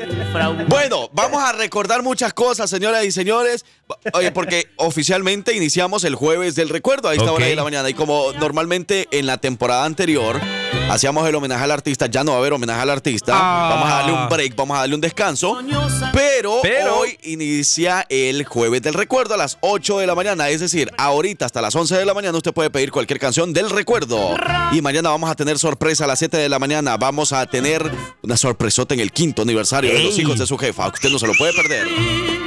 B: Bueno, vamos a recordar muchas cosas, señoras y señores. Oye, porque oficialmente iniciamos el jueves del recuerdo a esta
D: Ok.
B: hora de la mañana. Y como normalmente en la temporada anterior hacíamos el homenaje al artista, ya no va a haber homenaje al artista.
D: Ah.
B: Vamos a darle un break, vamos a darle un descanso. Pero,
D: Pero-
B: hoy inicia el jueves del recuerdo a las 8 de la mañana. Es decir, ahorita hasta las 11 de la mañana usted puede pedir cualquier canción del recuerdo. Y mañana vamos a tener sorpresa a las 7 de la mañana. Vamos a tener una sorpresota en el quinto aniversario de los
D: Ey.
B: hijos de su jefa. Usted no se lo puede perder.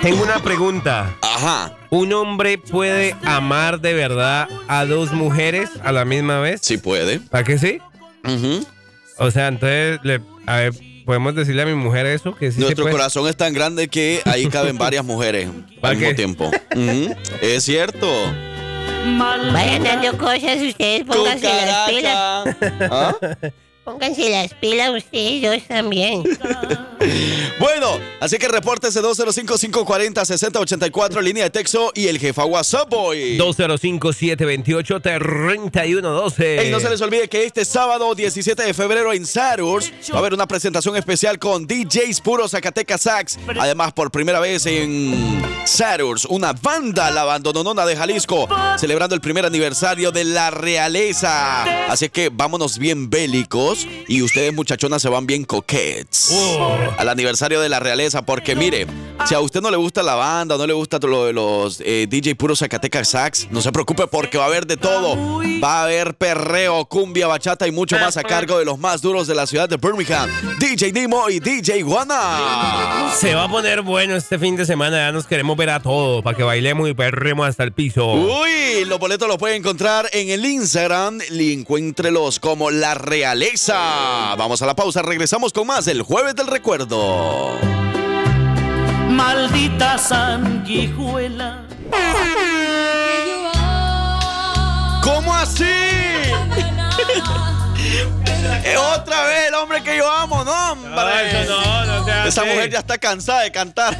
D: Tengo una pregunta.
B: Ajá.
D: ¿Un hombre puede amar de verdad a dos mujeres a la misma vez?
B: Sí puede.
D: ¿Para qué sí?
B: Ujú.
D: O sea, entonces, le- a ver, ¿podemos decirle a mi mujer eso? Que sí se
B: Nuestro
D: puede?
B: corazón es tan grande que ahí caben varias mujeres
D: ¿Para
B: al mismo
D: qué?
B: tiempo. Ujú. Es cierto.
A: Vayan dando cosas ustedes, pónganse las pilas.
B: Cucaracha. ¿Ah?
A: Pónganse las pilas ustedes dos también.
B: Bueno, así que repórtese 205-540-6084, línea de texto y el jefa WhatsApp Boy.
D: 205-728-3112.
B: Y no se les olvide que este sábado 17 de febrero en Sarus va a haber una presentación especial con DJs Puro Zacatecas Sax. Además, por primera vez en Sarus, una banda la abandononona de Jalisco, celebrando el primer aniversario de la realeza. Así que vámonos bien bélicos y ustedes muchachonas se van bien coquets al aniversario de la realeza, porque mire, si a usted no le gusta la banda, no le gusta lo de los eh, DJ puros Zacatecas Sax, no se preocupe porque va a haber de todo. Va a haber perreo, cumbia, bachata y mucho más a cargo de los más duros de la ciudad de Birmingham, DJ Nimo y DJ Juana.
D: Se va a poner bueno este fin de semana. Ya nos queremos ver a todos para que bailemos y perremos hasta el piso.
B: Uh. Uy, los boletos los puede encontrar en el Instagram y encuéntrelos como La Realeza. Vamos a la pausa, regresamos con más el Jueves del Recuerdo.
C: Maldita sanguijuela.
B: ¿Cómo [laughs] así? Eh, Otra vez el hombre que yo amo, Ah, no, hombre.
D: no, no sea
B: Esa
D: así.
B: mujer ya está cansada de cantar.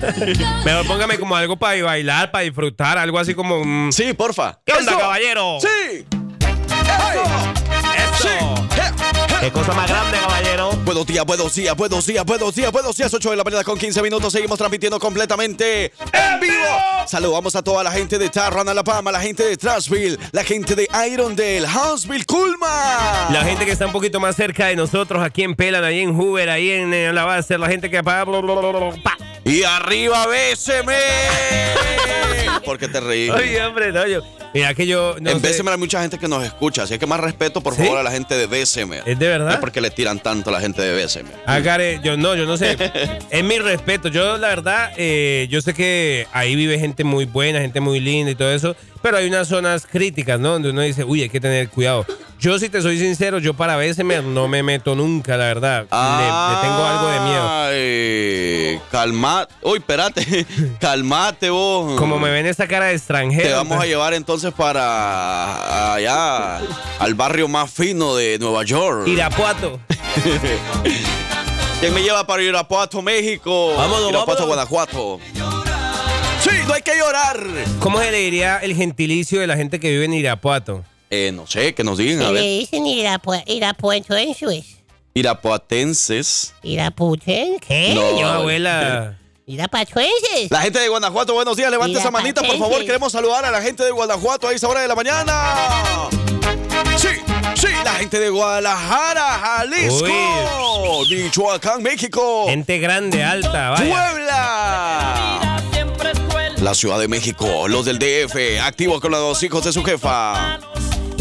D: Mejor póngame como algo para bailar, para disfrutar, algo así como. mm,
B: Sí, porfa.
D: ¿Qué onda,
B: Eso.
D: caballero?
B: Sí. Eso.
D: ¡Eso!
B: Sí. Je, je.
D: ¡Qué cosa más grande, caballero!
B: Buenos días, buenos días, buenos días, buenos días, buenos días. 8 de la mañana con 15 minutos. Seguimos transmitiendo completamente en vivo. Saludamos a toda la gente de Tarrant, Alabama, la gente de Trashville, la gente de Irondale, Huntsville, Culma.
D: La gente que está un poquito más cerca de nosotros, aquí en Pelan, ahí en Hoover, ahí en, eh, la base, la gente que. pa- pa-
B: Y arriba, béseme. Porque te reí.
D: Ay, hombre, no, yo. Mira que yo. No
B: en
D: sé,
B: BSM hay mucha gente que nos escucha, así que más respeto, por
D: ¿Sí?
B: favor, a la gente de BSM.
D: ¿Es de verdad?
B: No porque le tiran tanto a la gente de BSM.
D: Ah, Care, yo no, yo no
B: [laughs]
D: sé. es mi respeto. Yo, la verdad, eh, yo sé que ahí vive gente muy buena, gente muy linda y todo eso, pero hay unas zonas críticas, ¿no? Donde uno dice, uy, hay que tener cuidado. Yo, si te soy sincero, yo para BSM no me meto nunca, la verdad.
B: Ah.
D: Le- le, tengo algo de miedo.
B: Ay, calmate. Uy, espérate. [laughs] calmate vos.
D: Como me ven esta cara de extranjero.
B: Te vamos a
D: entonces-
B: llevar entonces para allá, al barrio más fino de Nueva York.
D: Irapuato.
B: [laughs] ¿Quién me lleva para Irapuato, México?
D: Vámonos,
B: Irapuato,
D: vámonos.
B: Guanajuato. Sí, no hay que llorar.
D: ¿Cómo se le diría el gentilicio de la gente que vive en Irapuato?
B: Eh, no sé, que nos digan. A
A: Se le
B: ver,
A: dicen irapue- irapuensuenses.
B: irapuatenses.
A: ¿Irapuchen? ¿Qué?
B: No.
D: ¿Eh?
B: eh,
D: Yo, abuela.
A: ¿Irapachuenses?
B: La gente de Guanajuato, buenos días. Levante
A: Mira,
B: esa manita, por
A: patente.
B: favor. Queremos saludar a la gente de Guanajuato a esa hora de la mañana. Sí, sí, la gente de Guadalajara, Jalisco, Michoacán, México,
D: Gente grande, alta, vaya.
B: Puebla,
C: Siempre es cruel.
B: la Ciudad de México, los del DF, activos con los hijos de su jefa.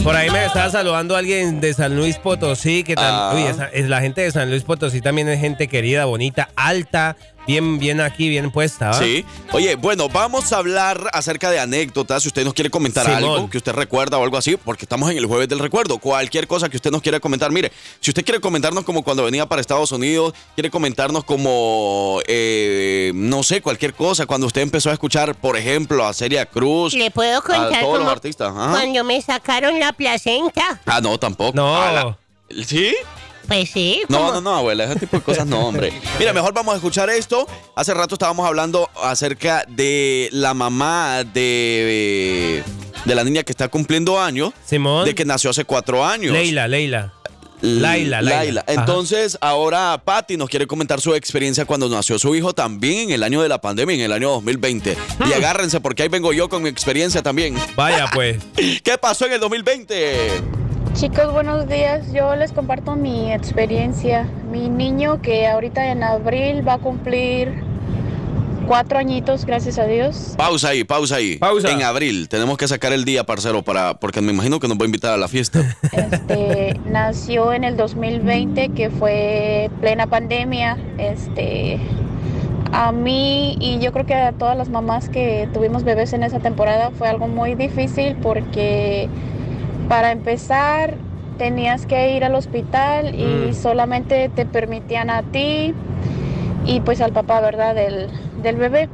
D: Por ahí me estaba saludando alguien de San Luis Potosí, que
B: Ah.
D: también, la gente de San Luis Potosí también es gente querida, bonita, alta, bien, bien aquí, bien puesta, ¿va?
B: Sí. Oye, bueno, vamos a hablar acerca de anécdotas. Si usted nos quiere comentar
D: Simón.
B: algo que usted recuerda o algo así, porque estamos en el jueves del recuerdo. Cualquier cosa que usted nos quiera comentar, mire, si usted quiere comentarnos como cuando venía para Estados Unidos, quiere comentarnos como, eh, no sé, cualquier cosa, cuando usted empezó a escuchar, por ejemplo, a Celia Cruz,
A: Le puedo
B: a
A: contar
B: todos los
A: como
B: artistas. Ah. ajá.
A: cuando me sacaron la placenta.
B: Ah, no, tampoco.
D: No.
B: A la- ¿Sí?
A: Pues sí,
B: No,
A: como-
B: no, no, abuela, ese tipo de cosas no, hombre. Mira, mejor vamos a escuchar esto. Hace rato estábamos hablando acerca de la mamá de, de la niña que está cumpliendo años,
D: Simón,
B: de que nació hace cuatro años.
D: Leila, Leila. Laila, Laila. Ajá.
B: Entonces, ahora Patty nos quiere comentar su experiencia cuando nació su hijo también en el año de la pandemia, en el año 2020. Y agárrense porque ahí vengo yo con mi experiencia también.
D: Hmm. Vaya, pues.
B: [laughs] ¿Qué pasó en el 2020?
H: Chicos, buenos días. Yo les comparto mi experiencia. Mi niño que ahorita en abril va a cumplir cuatro añitos, gracias a Dios.
B: Pausa ahí, pausa ahí.
D: Pausa.
B: En abril tenemos que sacar el día, parcero, para porque me imagino que nos va a invitar a la fiesta.
H: Este, nació en el 2020, que fue plena pandemia. Este, a mí y yo creo que a todas las mamás que tuvimos bebés en esa temporada fue algo muy difícil porque para empezar tenías que ir al hospital y
D: Mm.
H: solamente te permitían a ti y pues al papá, ¿verdad? Del, del bebé.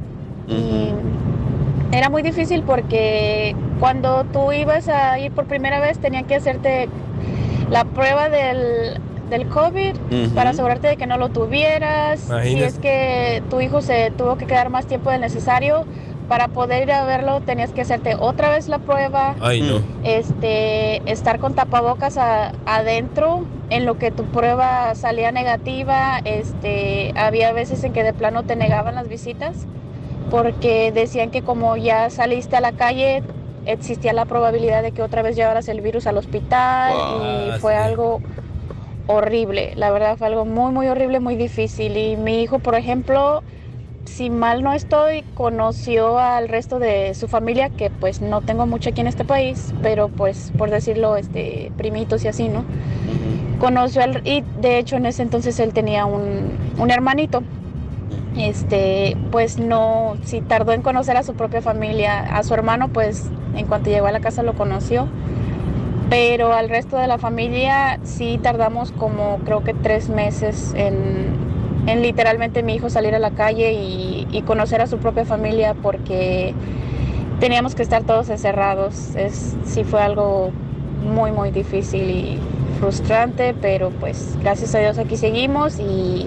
H: Y era muy difícil porque cuando tú ibas a ir por primera vez tenían que hacerte la prueba del, del COVID
B: Ujú.
H: para asegurarte de que no lo tuvieras. Si
D: Imagínate.
H: es que tu hijo se tuvo que quedar más tiempo del necesario para poder ir a verlo, tenías que hacerte otra vez la prueba
D: Ay, no.
H: este, estar con tapabocas a- adentro, en lo que tu prueba salía negativa, este, había veces en que de plano te negaban las visitas, porque decían que como ya saliste a la calle, existía la probabilidad de que otra vez llevaras el virus al hospital
D: Wow.
H: y fue
D: Ah, sí.
H: algo horrible, la verdad fue algo muy, muy horrible, muy difícil y mi hijo, por ejemplo, si mal no estoy, conoció al resto de su familia, que pues no tengo mucho aquí en este país, pero pues por decirlo, este, primitos y así, ¿no? Conoció al, y de hecho en ese entonces él tenía un, un hermanito. Este, pues no, si tardó en conocer a su propia familia, a su hermano, pues en cuanto llegó a la casa lo conoció. Pero al resto de la familia sí tardamos como creo que tres meses en, en literalmente mi hijo salir a la calle y, y conocer a su propia familia porque teníamos que estar todos encerrados. Es, sí fue algo muy, muy difícil y frustrante, pero pues gracias a Dios aquí seguimos y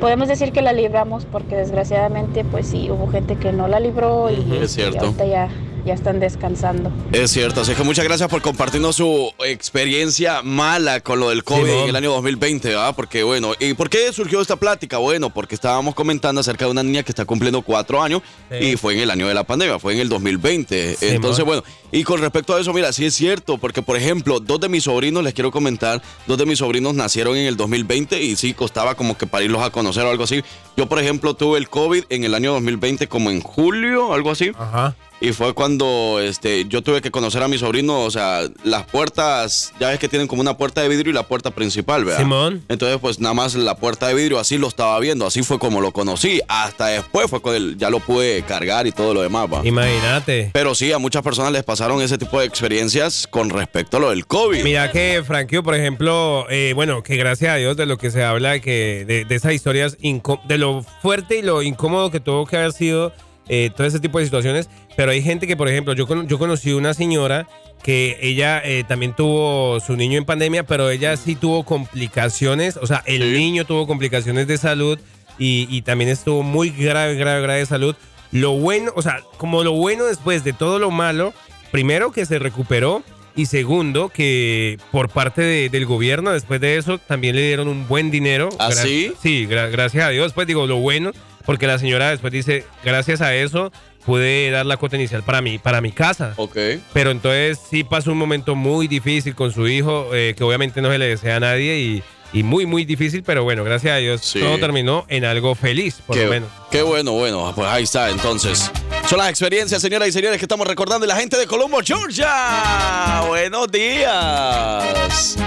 H: podemos decir que la libramos porque desgraciadamente pues sí hubo gente que no la libró y,
B: Ujú, es cierto.
H: y ahorita ya, ya están descansando.
B: Es cierto, así que muchas gracias por compartirnos su experiencia mala con lo del COVID
D: Simón.
B: en el año 2020, ¿verdad? Porque bueno, ¿y por qué surgió esta plática? Bueno, porque estábamos comentando acerca de una niña que está cumpliendo cuatro años
D: Sí.
B: y fue en el año de la pandemia, fue en el 2020.
D: Simón.
B: Entonces, bueno, y con respecto a eso, mira, sí es cierto, porque por ejemplo, dos de mis sobrinos, les quiero comentar, dos de mis sobrinos nacieron en el 2020 y sí costaba como que para irlos a conocer o algo así. Yo, por ejemplo, tuve el COVID en el año 2020 como en julio, algo así.
D: Ajá.
B: Y fue cuando este, yo tuve que conocer a mi sobrino, o sea, las puertas, ya ves que tienen como una puerta de vidrio y la puerta principal, ¿verdad?
D: Simón.
B: Entonces, pues nada más la puerta de vidrio, así lo estaba viendo, así fue como lo conocí. Hasta después fue con él, ya lo pude cargar y todo lo demás, ¿va?
D: Imagínate.
B: Pero sí, a muchas personas les pasaron ese tipo de experiencias con respecto a lo del COVID.
D: Mira que Frankie, por ejemplo, eh, bueno, que gracias a Dios de lo que se habla, que de, de esas historias, incó- de lo fuerte y lo incómodo que tuvo que haber sido eh, todo ese tipo de situaciones, pero hay gente que, por ejemplo, yo, cono- yo conocí una señora que ella eh, también tuvo su niño en pandemia, pero ella sí tuvo complicaciones, o sea, el niño tuvo complicaciones de salud y, y también estuvo muy grave, grave, grave de salud. Lo bueno, o sea, como lo bueno después de todo lo malo, primero que se recuperó y segundo que por parte de- del gobierno después de eso también le dieron un buen dinero.
B: ¿Ah,
D: Gra-
B: sí?
D: Sí, gra- gracias a Dios, pues digo lo bueno, porque la señora después dice, gracias a eso pude dar la cuota inicial para mí, para mi casa.
B: Ok.
D: Pero entonces sí pasó un momento muy difícil con su hijo, eh, que obviamente no se le desea a nadie y, y muy, muy difícil, pero bueno, gracias a Dios
B: Sí.
D: todo terminó en algo feliz, por
B: qué,
D: lo menos.
B: qué bueno, bueno, pues ahí está entonces. Son las experiencias, señoras y señores, que estamos recordando y la gente de Colombo, Georgia. Buenos días.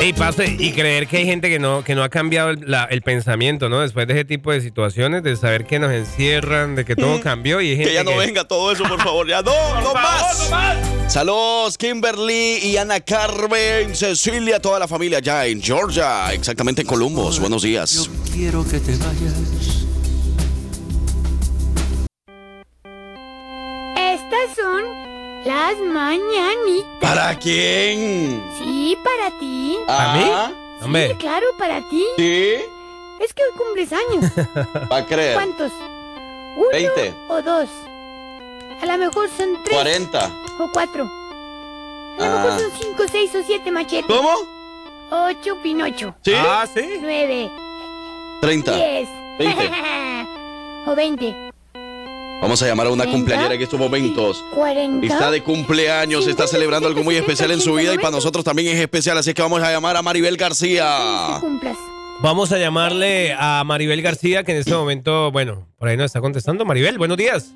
D: Y pase, y creer que hay gente que no, que no ha cambiado el, la- el pensamiento, ¿no? Después de ese tipo de situaciones, de saber que nos encierran, de que todo cambió y hay gente
B: Que ya [laughs] no venga todo eso, por favor. Ya no, no, más. Saludos, Kimberly y Ana Carmen, Cecilia, toda la familia ya en Georgia, exactamente en Columbus. Buenos
C: Yo
B: días.
C: quiero que te vayas.
G: Estas son las mañanitas.
B: ¿Para quién?
G: Sí, para ti.
D: ¿A mí?
B: Ah,
D: Hombre,
G: Sí, claro, para ti.
B: ¿Sí?
G: Es que hoy cumples
D: [laughs]
G: años.
B: ¿Va a creer?
G: ¿Cuántos? ¿Uno
B: 20.
G: o dos? A lo mejor son tres
B: 40.
G: o cuatro. A lo
B: Ah.
D: Ah.
G: mejor son cinco, seis o siete machetes.
B: ¿Cómo?
G: 8 Pinocho.
B: ¿Sí?
D: Ah, sí.
G: 9,
B: 30.
G: 10.
B: Veinte.
G: o 20.
B: Vamos a llamar a una
G: Venga.
B: cumpleañera en estos momentos.
G: 40.
B: Está de cumpleaños, está celebrando algo muy especial en su vida y para nosotros también es especial, así que vamos a llamar a Maribel
G: Que
B: García.
G: cumplas.
D: Vamos a llamarle a Maribel García, que en este momento, bueno, por ahí nos está contestando. Maribel, buenos días.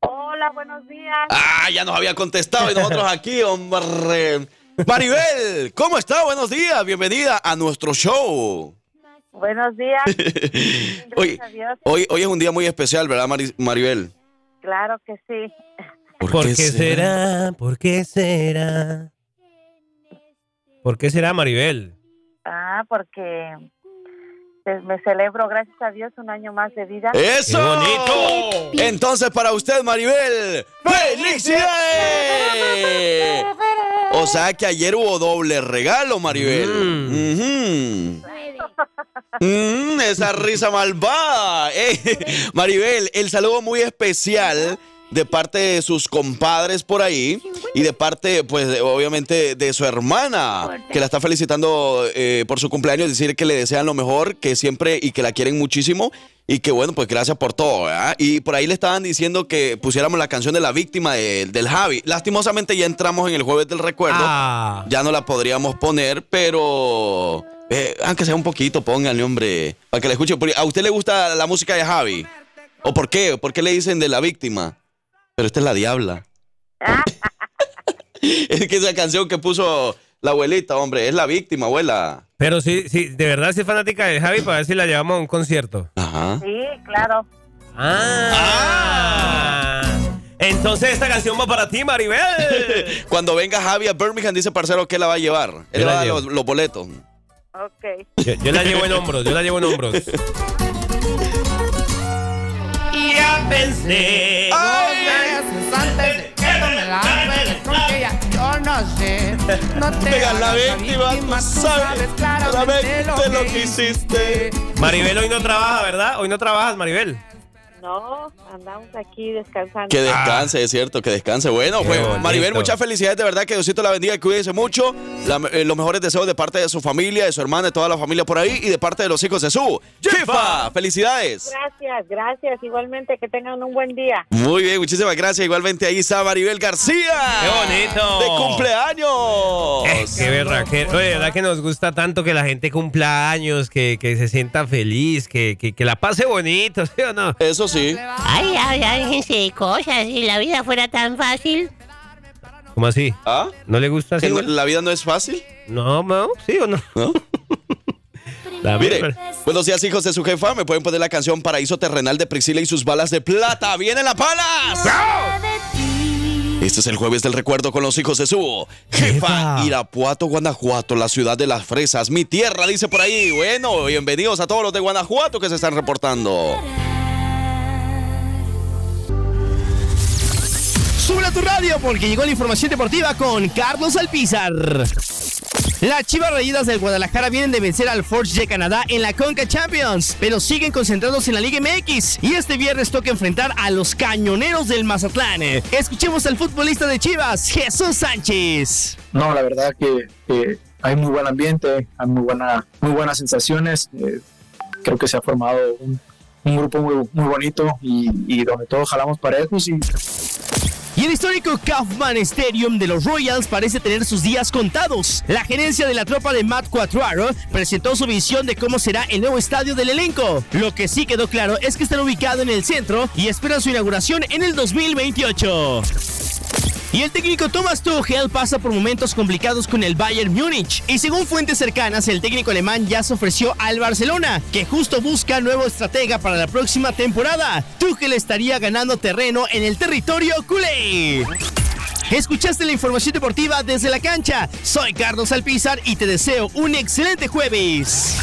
F: Hola, buenos días.
B: Ah, ya nos había contestado y nosotros aquí, hombre. Maribel, ¿cómo está? Buenos días, bienvenida a nuestro show.
F: Buenos días.
B: [laughs] Hoy,
F: Gracias a Dios.
B: hoy, hoy es un día muy especial, ¿verdad, Mari- Maribel?
F: Claro que sí.
D: ¿Por qué
I: Ah,
D: será? ¿Por qué será? ¿Por qué será Maribel?
F: Ah, porque pues, me celebro, gracias a Dios, un año más de vida.
B: ¡Eso!
D: ¡Qué bonito!
B: Entonces, para usted, Maribel, ¡felicidades! O sea que ayer hubo doble regalo, Maribel. Ujú.
G: 9.
B: Mm, esa risa malvada. Eh, Maribel, el saludo muy especial de parte de sus compadres por ahí y de parte, pues, de- obviamente de su hermana, que la está felicitando eh, por su cumpleaños, decir que le desean lo mejor, que siempre y que la quieren muchísimo y que, bueno, pues gracias por todo. ¿verdad? Y por ahí le estaban diciendo que pusiéramos la canción de la víctima de- del Javi. Lastimosamente ya entramos en el jueves del recuerdo
D: Ah,
B: ya no la podríamos poner, pero eh, aunque sea un poquito, pónganle, hombre, para que la escuche. Porque ¿A usted le gusta la música de Javi? ¿O por qué? ¿Por qué le dicen de la víctima? Pero esta es la diabla. [laughs] es que esa canción que puso la abuelita, hombre, es la víctima, abuela.
D: pero sí, sí, de verdad sí es fanática de Javi para ver si la llevamos a un concierto.
B: Ajá.
F: Sí, claro.
D: Ah. Entonces esta canción va para ti, Maribel.
B: [laughs] Cuando venga Javi a Birmingham, dice parcero que la va a llevar.
D: Yo
B: Él le va
D: la
B: a dar
D: llevo.
B: los, los boletos.
F: Ok.
D: Yo, yo la llevo en hombros, yo la llevo en
B: [laughs]
D: hombros.
C: Ya
D: pensé.
C: Ay, veces antes de que no me la peles con que ya yo no sé. No te
B: Pega la
C: hagas
B: víctima, tú sabes claramente lo que hiciste.
D: Maribel hoy no trabaja, ¿verdad? Hoy no trabajas, Maribel.
F: No, andamos aquí descansando.
B: Que descanse, es cierto, que descanse. Bueno, pues
D: bonito.
B: Maribel, muchas felicidades, de verdad, que Diosito la bendiga, cuídense mucho. La- eh, los mejores deseos de parte de su familia, de su hermana, de toda la familia por ahí y de parte de los hijos de su jefa. ¡Felicidades!
F: Gracias, gracias. Igualmente, que tengan un buen día.
B: Muy bien, muchísimas gracias. Igualmente ahí está Maribel García.
D: ¡Qué bonito! Eh,
B: ¡De cumpleaños!
D: Qué berraquero. Oye, ¿verdad que nos gusta tanto que la gente cumpla años, que, que se sienta feliz, que, que, que la pase bonito, ¿sí o no?
B: Eso sí.
A: Ay, ay, ay, déjense de cosas. Si la vida fuera tan fácil.
D: ¿Cómo así?
B: ¿Ah?
D: ¿No le gusta así?
B: ¿Que no-
D: güey?
B: ¿La vida no es fácil?
D: No, no, sí o no.
B: ¿No?
D: [laughs] La
B: Mire,
D: verdad.
B: buenos días, hijos de su jefa. Me pueden poner la canción Paraíso Terrenal de Priscila y sus balas de plata. ¡Viene la palas! Este es el jueves del recuerdo con los hijos de su jefa.
D: Jefa.
B: Irapuato, Guanajuato, la ciudad de las fresas. Mi tierra, dice por ahí. Bueno, bienvenidos a todos los de Guanajuato que se están reportando.
J: Sube a tu radio porque llegó la información deportiva con Carlos Alpizar. Las Chivas Rayadas del Guadalajara vienen de vencer al Forge de Canadá en la Conca Champions, pero siguen concentrados en la Liga MX y este viernes toca enfrentar a los cañoneros del Mazatlán. Escuchemos al futbolista de Chivas, Jesús Sánchez.
K: No, la verdad que, que hay muy buen ambiente, hay muy, buena, muy buenas sensaciones. eh, creo que se ha formado un, un grupo muy, muy bonito y, y donde todos jalamos parejos y
J: Y el histórico Kaufman Stadium de los Royals parece tener sus días contados. La gerencia de la tropa de Matt Quatraro presentó su visión de cómo será el nuevo estadio del elenco. Lo que sí quedó claro es que estará ubicado en el centro y espera su inauguración en el 2028. Y el técnico Thomas Tuchel pasa por momentos complicados con el Bayern Múnich. Y según fuentes cercanas, el técnico alemán ya se ofreció al Barcelona, que justo busca nuevo estratega para la próxima temporada. Tuchel estaría ganando terreno en el territorio culé. Escuchaste la información deportiva desde la cancha. Soy Carlos Alpizar y te deseo un excelente jueves.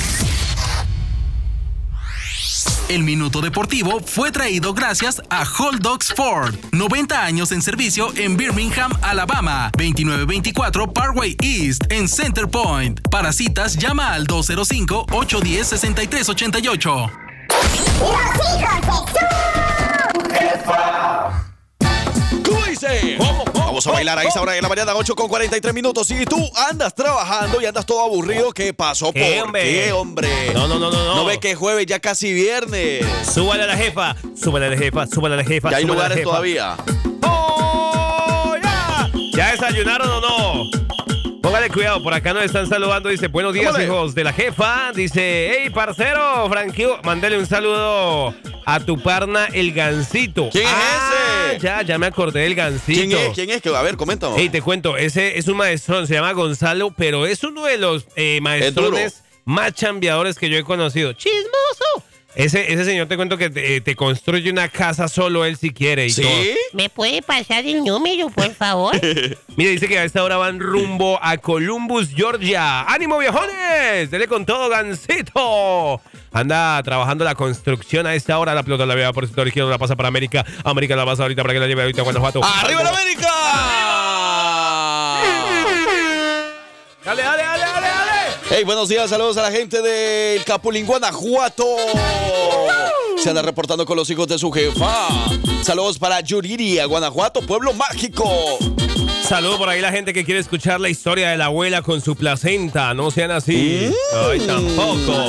L: El minuto deportivo fue traído gracias a Hold Dogs Ford. 90 años en servicio en Birmingham, Alabama. 2924 Parkway East en Center Point. Para citas, llama al 205-810-6388.
B: ¡Cuídense dice? Vamos a bailar a esta hora de la mañana, 8 con 43 minutos. Si tú andas trabajando y andas todo aburrido, ¿qué pasó?
D: ¿Qué,
B: ¿Por
D: hombre?
B: qué, hombre?
D: No, no, no, no, no.
B: No ve que es jueves, ya casi viernes.
D: Súbale a la jefa, súbale a la jefa, súbale a la jefa.
B: Ya hay
D: súbale a la
B: lugares
D: jefa.
B: todavía.
D: ¿Ya desayunaron o no? Póngale cuidado, por acá nos están saludando. Dice, buenos días,
B: Tómale.
D: hijos de la jefa. Dice, hey, parcero, Franquio, mándale un saludo a tu parna, el gancito. ¿Quién es ese? Ya, ya me acordé del gancito.
B: ¿Quién es? ¿Quién es? Que- A ver, coméntanos.
D: Hey, te cuento, ese es un maestrón, se llama Gonzalo, pero es uno de los eh, maestrones más chambeadores que yo he conocido. ¡Chismoso! Ese, ese señor, te cuento que te, eh, te construye una casa solo él si quiere y todo.
A: ¿Me puede pasar el número, por favor?
D: [laughs] Mira, dice que a esta hora van rumbo a Columbus, Georgia. ¡Ánimo, viejones! ¡Dele con todo, Gancito! Anda trabajando la construcción a esta hora. La pelota la vea por el sector izquierdo, la pasa para América. América la pasa ahorita para que la lleve ahorita a Guanajuato.
B: ¡Arriba la América!
D: ¡Dale, dale, dale, dale, dale!
B: Hey, buenos días, saludos a la gente del Capulín, Guanajuato. Se anda reportando con los hijos de su jefa. Saludos para Yuriria, Guanajuato, pueblo mágico.
D: Saludo por ahí la gente que quiere escuchar la historia de la abuela con su placenta. No sean así. Ay,
B: Mm.
D: tampoco.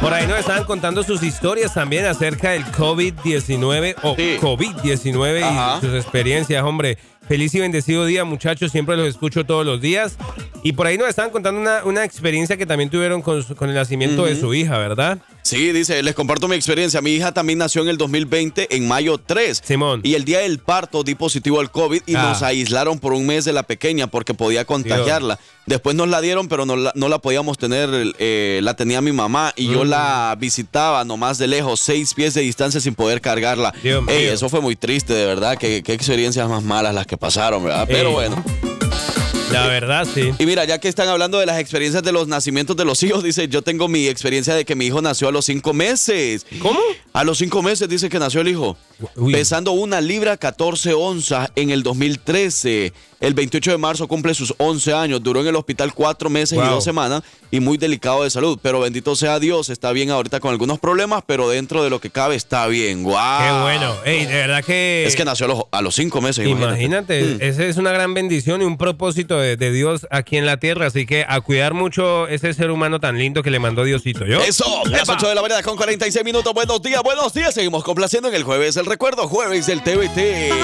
D: Por ahí nos estaban contando sus historias también acerca del COVID-19 o COVID-19 y sus experiencias, hombre. Feliz y bendecido día, muchachos. Siempre los escucho todos los días. Y por ahí nos estaban contando una, una experiencia que también tuvieron con, su- con el nacimiento de
B: Ujú.
D: su hija, ¿verdad?
B: Sí, dice, les comparto mi experiencia. Mi hija también nació en el 2020, en mayo 3.
D: Simón.
B: Y el día del parto di positivo al COVID y
D: Ah.
B: nos aislaron por un mes de la pequeña porque podía contagiarla. Después nos la dieron, pero no la, no la podíamos tener. eh, la tenía mi mamá y yo
D: Mm.
B: la visitaba nomás de lejos, seis pies de distancia sin poder cargarla.
D: Dios
B: Ey,
D: mío.
B: eso fue muy triste, de verdad. Qué, qué experiencias más malas las que pasaron, ¿verdad? Pero
D: Ey.
B: bueno.
D: La verdad, sí.
B: Y mira, ya que están hablando de las experiencias de los nacimientos de los hijos, dice, yo tengo mi experiencia de que mi hijo nació a los cinco meses.
D: ¿Cómo?
B: A los cinco meses dice que nació el hijo. Pesando una libra 14 onzas en el 2013. El 28 de marzo cumple sus 11 años. Duró en el hospital cuatro meses y
D: Wow.
B: dos semanas y muy delicado de salud. Pero bendito sea Dios, está bien ahorita con algunos problemas, pero dentro de lo que cabe está bien. ¡Guau!
D: Qué bueno. Ey, de verdad que...
B: Ah. Es que nació a los, a los cinco meses. imagínate.
D: Imagínate, esa es una gran bendición y un propósito de, de Dios aquí en la tierra. Así que a cuidar mucho ese ser humano tan lindo que le mandó Diosito. ¿yo?
B: Eso, las 8 de la mañana con 46 minutos. Buenos días, buenos días. Seguimos complaciendo en el jueves. El recuerdo, jueves del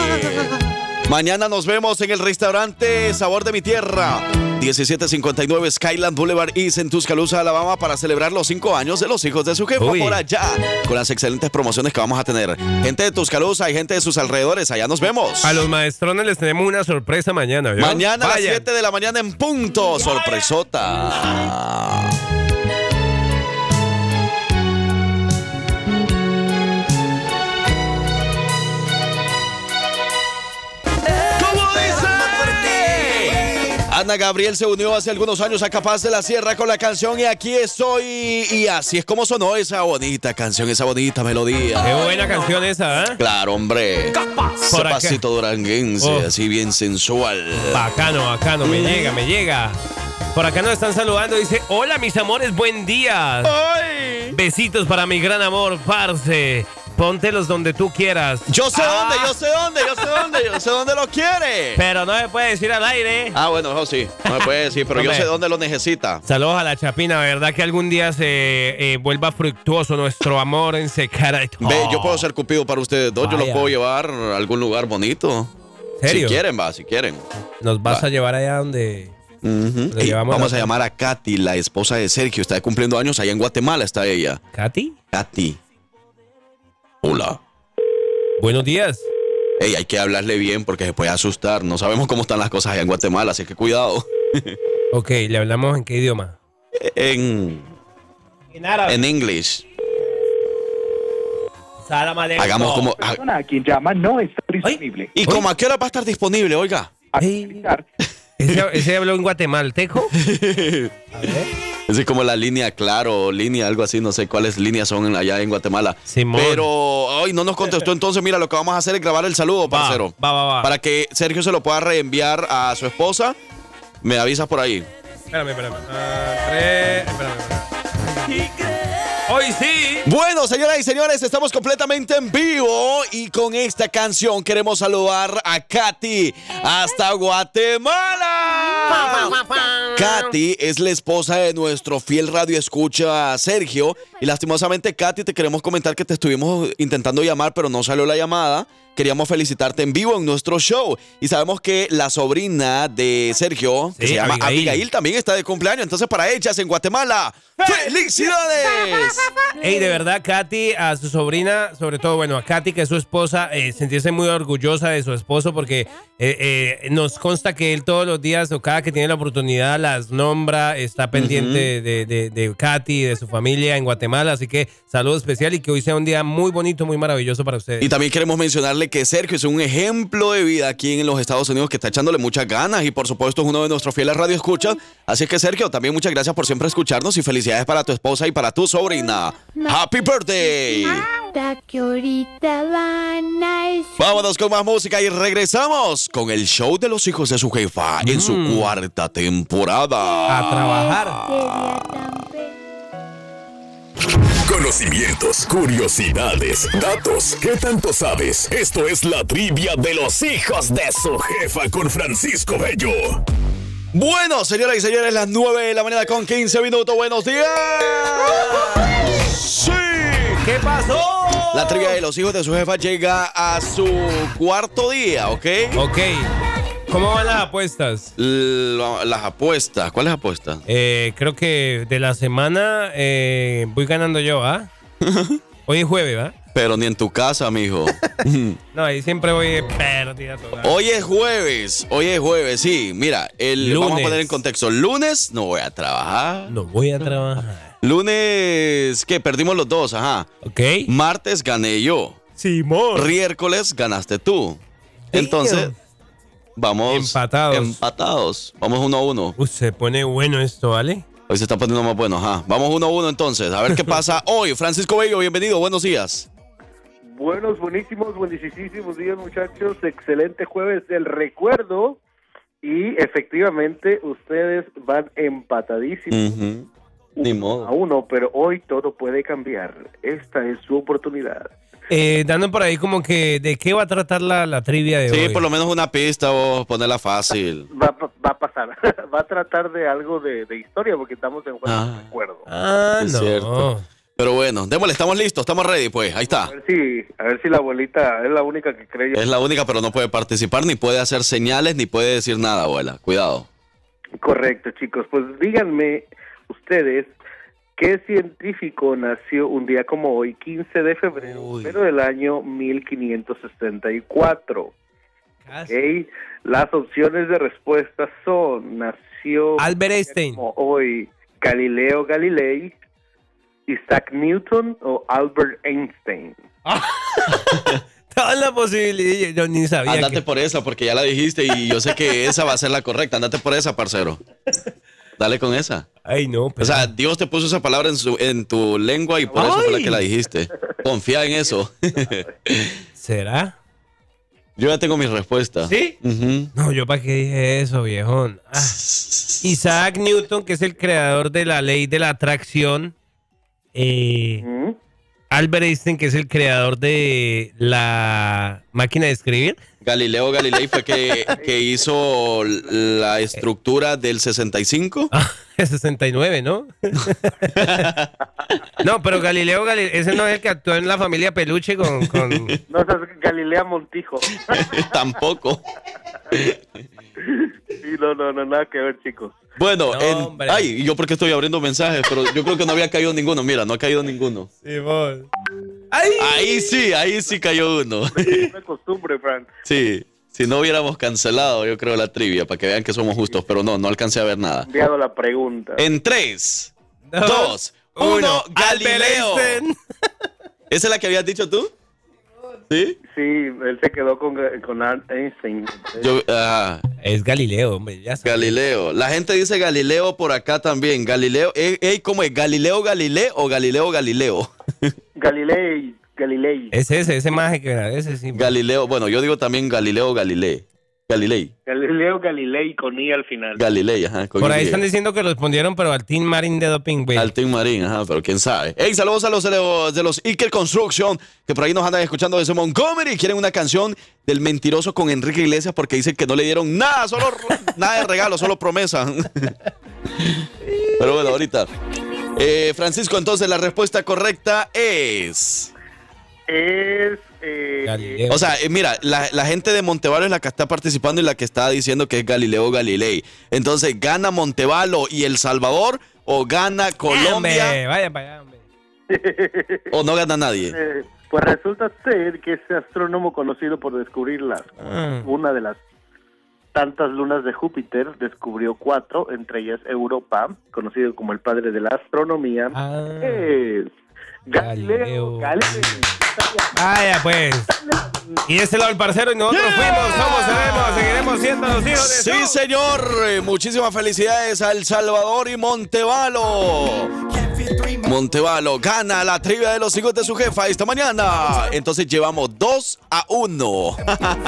B: TVT. Mañana nos vemos en el restaurante Sabor de mi Tierra. 1759 Skyland Boulevard East en Tuscaloosa, Alabama, para celebrar los 5 años de los hijos de su jefa
D: Uy.
B: por allá, con las excelentes promociones que vamos a tener. Gente de Tuscaloosa y gente de sus alrededores, allá nos vemos.
D: A los maestrones les tenemos una sorpresa mañana. ¿yo?
B: Mañana a las
D: Vayan.
B: 7 de la mañana en punto. Oh, Sorpresota. ¿Cómo dice? Ana Gabriel se unió hace algunos años a Capaz de la Sierra con la canción Y aquí estoy. Y así es como sonó esa bonita canción, esa bonita melodía.
D: Qué buena canción esa, ¿eh?
B: Claro, hombre. Ese
D: Por acá.
B: pasito duranguense,
D: Oh.
B: así bien sensual.
D: Bacano, bacano, me
B: Mm.
D: llega, me llega. Por acá nos están saludando, dice, hola mis amores, buen día. Besitos para mi gran amor, parce. Póntelos donde tú quieras.
B: Yo sé
D: Ah,
B: dónde, yo sé dónde, yo sé dónde, yo sé dónde lo quiere.
D: Pero no se puede decir al aire.
B: Ah, bueno, eso sí. No me puede decir,
D: [laughs]
B: pero yo
D: Hombre.
B: sé dónde lo necesita.
D: Saludos a la Chapina, ¿verdad? Que algún día se eh, vuelva fructuoso nuestro amor en secar.
B: Ve, yo puedo ser cupido para ustedes dos. Yo los
D: Oh. Vaya.
B: puedo llevar a algún lugar bonito.
D: ¿Serio?
B: Si quieren, va, si quieren.
D: Nos vas a llevar allá donde.
B: Ujú. Ey,
D: llevamos
B: vamos
D: la-
B: a llamar a Katy, la esposa de Sergio. Está cumpliendo años allá en Guatemala, está ella.
D: ¿Katy?
B: Katy. Hola.
D: Buenos días.
B: Ey, hay que hablarle bien porque se puede asustar. No sabemos cómo están las cosas allá en Guatemala, así que cuidado.
D: [laughs] Ok, ¿le hablamos en qué idioma?
B: En,
D: En árabe.
B: en English.
D: Salam aleikum.
B: Hagamos como. ha-
M: persona a quien llama no está disponible.
B: ¿Y como a qué hora va a estar disponible, oiga?
D: ¿Ese, ese habló en
B: [laughs]
D: guatemalteco?
B: Esa es como la línea claro, línea, algo así, no sé cuáles líneas son en- allá en Guatemala.
D: Simón.
B: Pero hoy no nos contestó, entonces mira, lo que vamos a hacer es grabar el saludo, parcero.
D: va, va, va.
B: Para que Sergio se lo pueda reenviar a su esposa. Me avisas por ahí.
D: Espérame, espérame. Ah, tres. Espérame, espérame. Hoy sí.
B: Bueno, señoras y señores, estamos completamente en vivo y con esta canción queremos saludar a Katy hasta ¡Ah! Guatemala. Katy es la esposa de nuestro fiel radio escucha Sergio y lastimosamente Katy te queremos comentar que te estuvimos intentando llamar pero no salió la llamada. Queríamos felicitarte en vivo en nuestro show y sabemos que la sobrina de Sergio, que
D: Sí,
B: se llama
D: Abigail.
B: Abigail. también está de cumpleaños, entonces para ellas en Guatemala, ¡felicidades!
D: Ey, de verdad, Katy, a su sobrina, sobre todo, bueno, a Katy, que es su esposa, eh, sentirse muy orgullosa de su esposo porque eh, eh, nos consta que él todos los días o cada que tiene la oportunidad las nombra, está pendiente de, de- de Katy y de su familia en Guatemala. Así que saludo especial y que hoy sea un día muy bonito, muy maravilloso para ustedes.
B: Y también queremos mencionarle que Sergio es un ejemplo de vida aquí en los Estados Unidos que está echándole muchas ganas y por supuesto es uno de nuestros fieles radio escuchas. Así es que Sergio, también muchas gracias por siempre escucharnos y felicidades para tu esposa y para tu sobrina. ¡Happy birthday!
G: Hasta que ahorita van a este estar.
B: Vámonos con más música y regresamos con el show de los hijos de su jefa en su cuarta temporada.
D: Mm. A trabajar.
N: Conocimientos, curiosidades, datos. ¿Qué tanto sabes? Esto es la trivia de los hijos de su jefa con Francisco Bello.
B: Bueno, señoras y señores, las 9 de la mañana con 15 minutos. Buenos días. Sí.
D: ¿Qué pasó?
B: La trivia de los hijos de su jefa llega a su cuarto día, ¿ok?
D: Ok. ¿Cómo van las apuestas?
B: las apuestas. ¿Cuáles apuestas?
D: Eh, creo que de la semana eh, voy ganando yo, ¿ah? Hoy es jueves, ¿va?
B: Pero ni en tu casa, mijo.
D: No, ahí siempre voy de pérdida total.
B: Hoy es jueves, hoy es jueves, sí. Mira, el, vamos a
D: Lunes.
B: poner en contexto. Lunes no voy a trabajar.
D: No voy a trabajar.
B: Lunes, ¿qué? Perdimos los dos, ajá.
D: Ok.
B: Martes gané yo.
D: Simón.
B: Miércoles ganaste tú. Entonces, vamos. Empatados. Empatados. Vamos uno a uno.
D: Uy, se pone bueno esto, ¿vale?
B: Hoy se está poniendo más bueno, ajá. Vamos uno a uno entonces. A ver
D: [laughs]
B: qué pasa hoy. Francisco Bello, bienvenido, buenos días.
O: Buenos, buenísimos, buenísimos días, muchachos. Excelente jueves del recuerdo. Y efectivamente, ustedes van empatadísimos
B: Ni modo.
O: a uno, pero hoy todo puede cambiar. Esta es su oportunidad.
D: Eh, dando por ahí como que de qué va a tratar la, la trivia de hoy.
B: Sí, por lo menos una pista, vos, ponerla fácil.
O: Va, va- va a pasar. [laughs] va a tratar de algo de, de historia, porque estamos en juego del recuerdo.
D: Ah,
B: no. Pero bueno, démosle, estamos listos, estamos ready, pues. Ahí está.
O: A ver, si, a ver si la abuelita es la única que cree.
B: Es la única, pero no puede participar, ni puede hacer señales, ni puede decir nada, abuela. Cuidado.
O: Correcto, chicos. Pues díganme ustedes qué científico nació un día como hoy, 15 de febrero, pero del año 1564. ¿Ok? Las opciones de respuesta son nació
D: Albert Einstein.
O: como hoy Galileo Galilei, Isaac Newton o Albert Einstein.
D: Toda la posibilidad, yo ni sabía.
B: Andate por esa, porque ya la dijiste y yo sé que esa va a ser la correcta. Andate por esa, parcero. Dale con esa.
D: Ay, no. pues,
B: O sea, Dios te puso esa palabra en, su- en tu lengua y por eso fue la que la dijiste. Confía en eso. [laughs]
D: ¿Será?
B: Yo ya tengo mi respuesta.
D: ¿Sí?
B: Ujú.
D: No, yo para qué dije eso, viejón. Ah. Isaac Newton, que es el creador de la ley de la atracción. Eh, Albert Einstein, que es el creador de la máquina de escribir. [laughs]
B: Galileo Galilei fue que, que hizo la estructura del 65.
D: 69, ¿no? [laughs] no, pero Galileo Galileo, ese no es el que actuó en la familia Peluche con... con-
O: No, esa es Galilea
D: [laughs]
O: Montijo.
B: [laughs] Tampoco.
D: Ah.
O: Sí, no, no, no, nada que ver, chicos.
B: Bueno, en- ay, ¿y yo porque estoy abriendo mensajes, pero yo creo que no había caído ninguno. Mira, no ha caído ninguno. Ahí sí, ahí sí cayó uno. [laughs]
O: Una costumbre, Fran.
B: Sí, si no hubiéramos cancelado, yo creo, la trivia, para que vean que somos justos, pero no, no alcancé a ver nada.
O: Enviado la pregunta.
B: En 3, 2, 1, Galileo. [laughs] ¿Esa es la que habías dicho tú? ¿Sí?
O: Sí, él se quedó con, con Einstein.
B: Yo- ah.
D: Es Galileo, hombre. Ya
B: Galileo. La gente dice Galileo por acá también. Galileo, ey, ey, ¿cómo es? ¿Galileo Galileo o Galileo Galileo?
O: Galilei, Galilei.
D: Es ese, ese maje que era, ese sí.
B: Galileo, bueno, yo digo también Galileo Galilei. Galilei.
O: Galileo Galilei con I al final.
B: Galilei, ajá. con
D: Por ahí
B: Y.
D: están diciendo que respondieron, pero al Team Marín de Doping, güey.
B: Al Team Marín, ajá, pero quién sabe. Hey, saludos a los de los- de los Iker Construction, que por ahí nos andan escuchando desde Montgomery. Quieren una canción del mentiroso con Enrique Iglesias porque dicen que no le dieron nada, solo nada de regalo, solo promesa. Pero bueno, ahorita. Eh, Francisco, entonces la respuesta correcta es.
O: Es. eh,
B: O sea, eh, mira, la, la gente de Montevalo es la que está participando y la que está diciendo que es Galileo Galilei. Entonces, ¿gana Montevalo y El Salvador o gana
D: Hombre,
B: Colombia
D: vaya para allá, hombre.
B: o no gana nadie?
O: eh, pues resulta ser que ese astrónomo conocido por descubrir las,
B: Ah.
O: una de las tantas lunas de Júpiter descubrió cuatro, entre ellas Europa, conocido como el padre de la astronomía.
B: Ah.
O: Es Galileo Galilei.
D: Vaya, pues. Y de ese lado el parcero y nosotros fuimos, somos, seremos, seguiremos siendo los hijos de
B: Sí, señor. Eh, Muchísimas felicidades a El Salvador y Montevalo. Montevalo gana la trivia de los hijos de su jefa esta mañana. Entonces llevamos 2 a 1.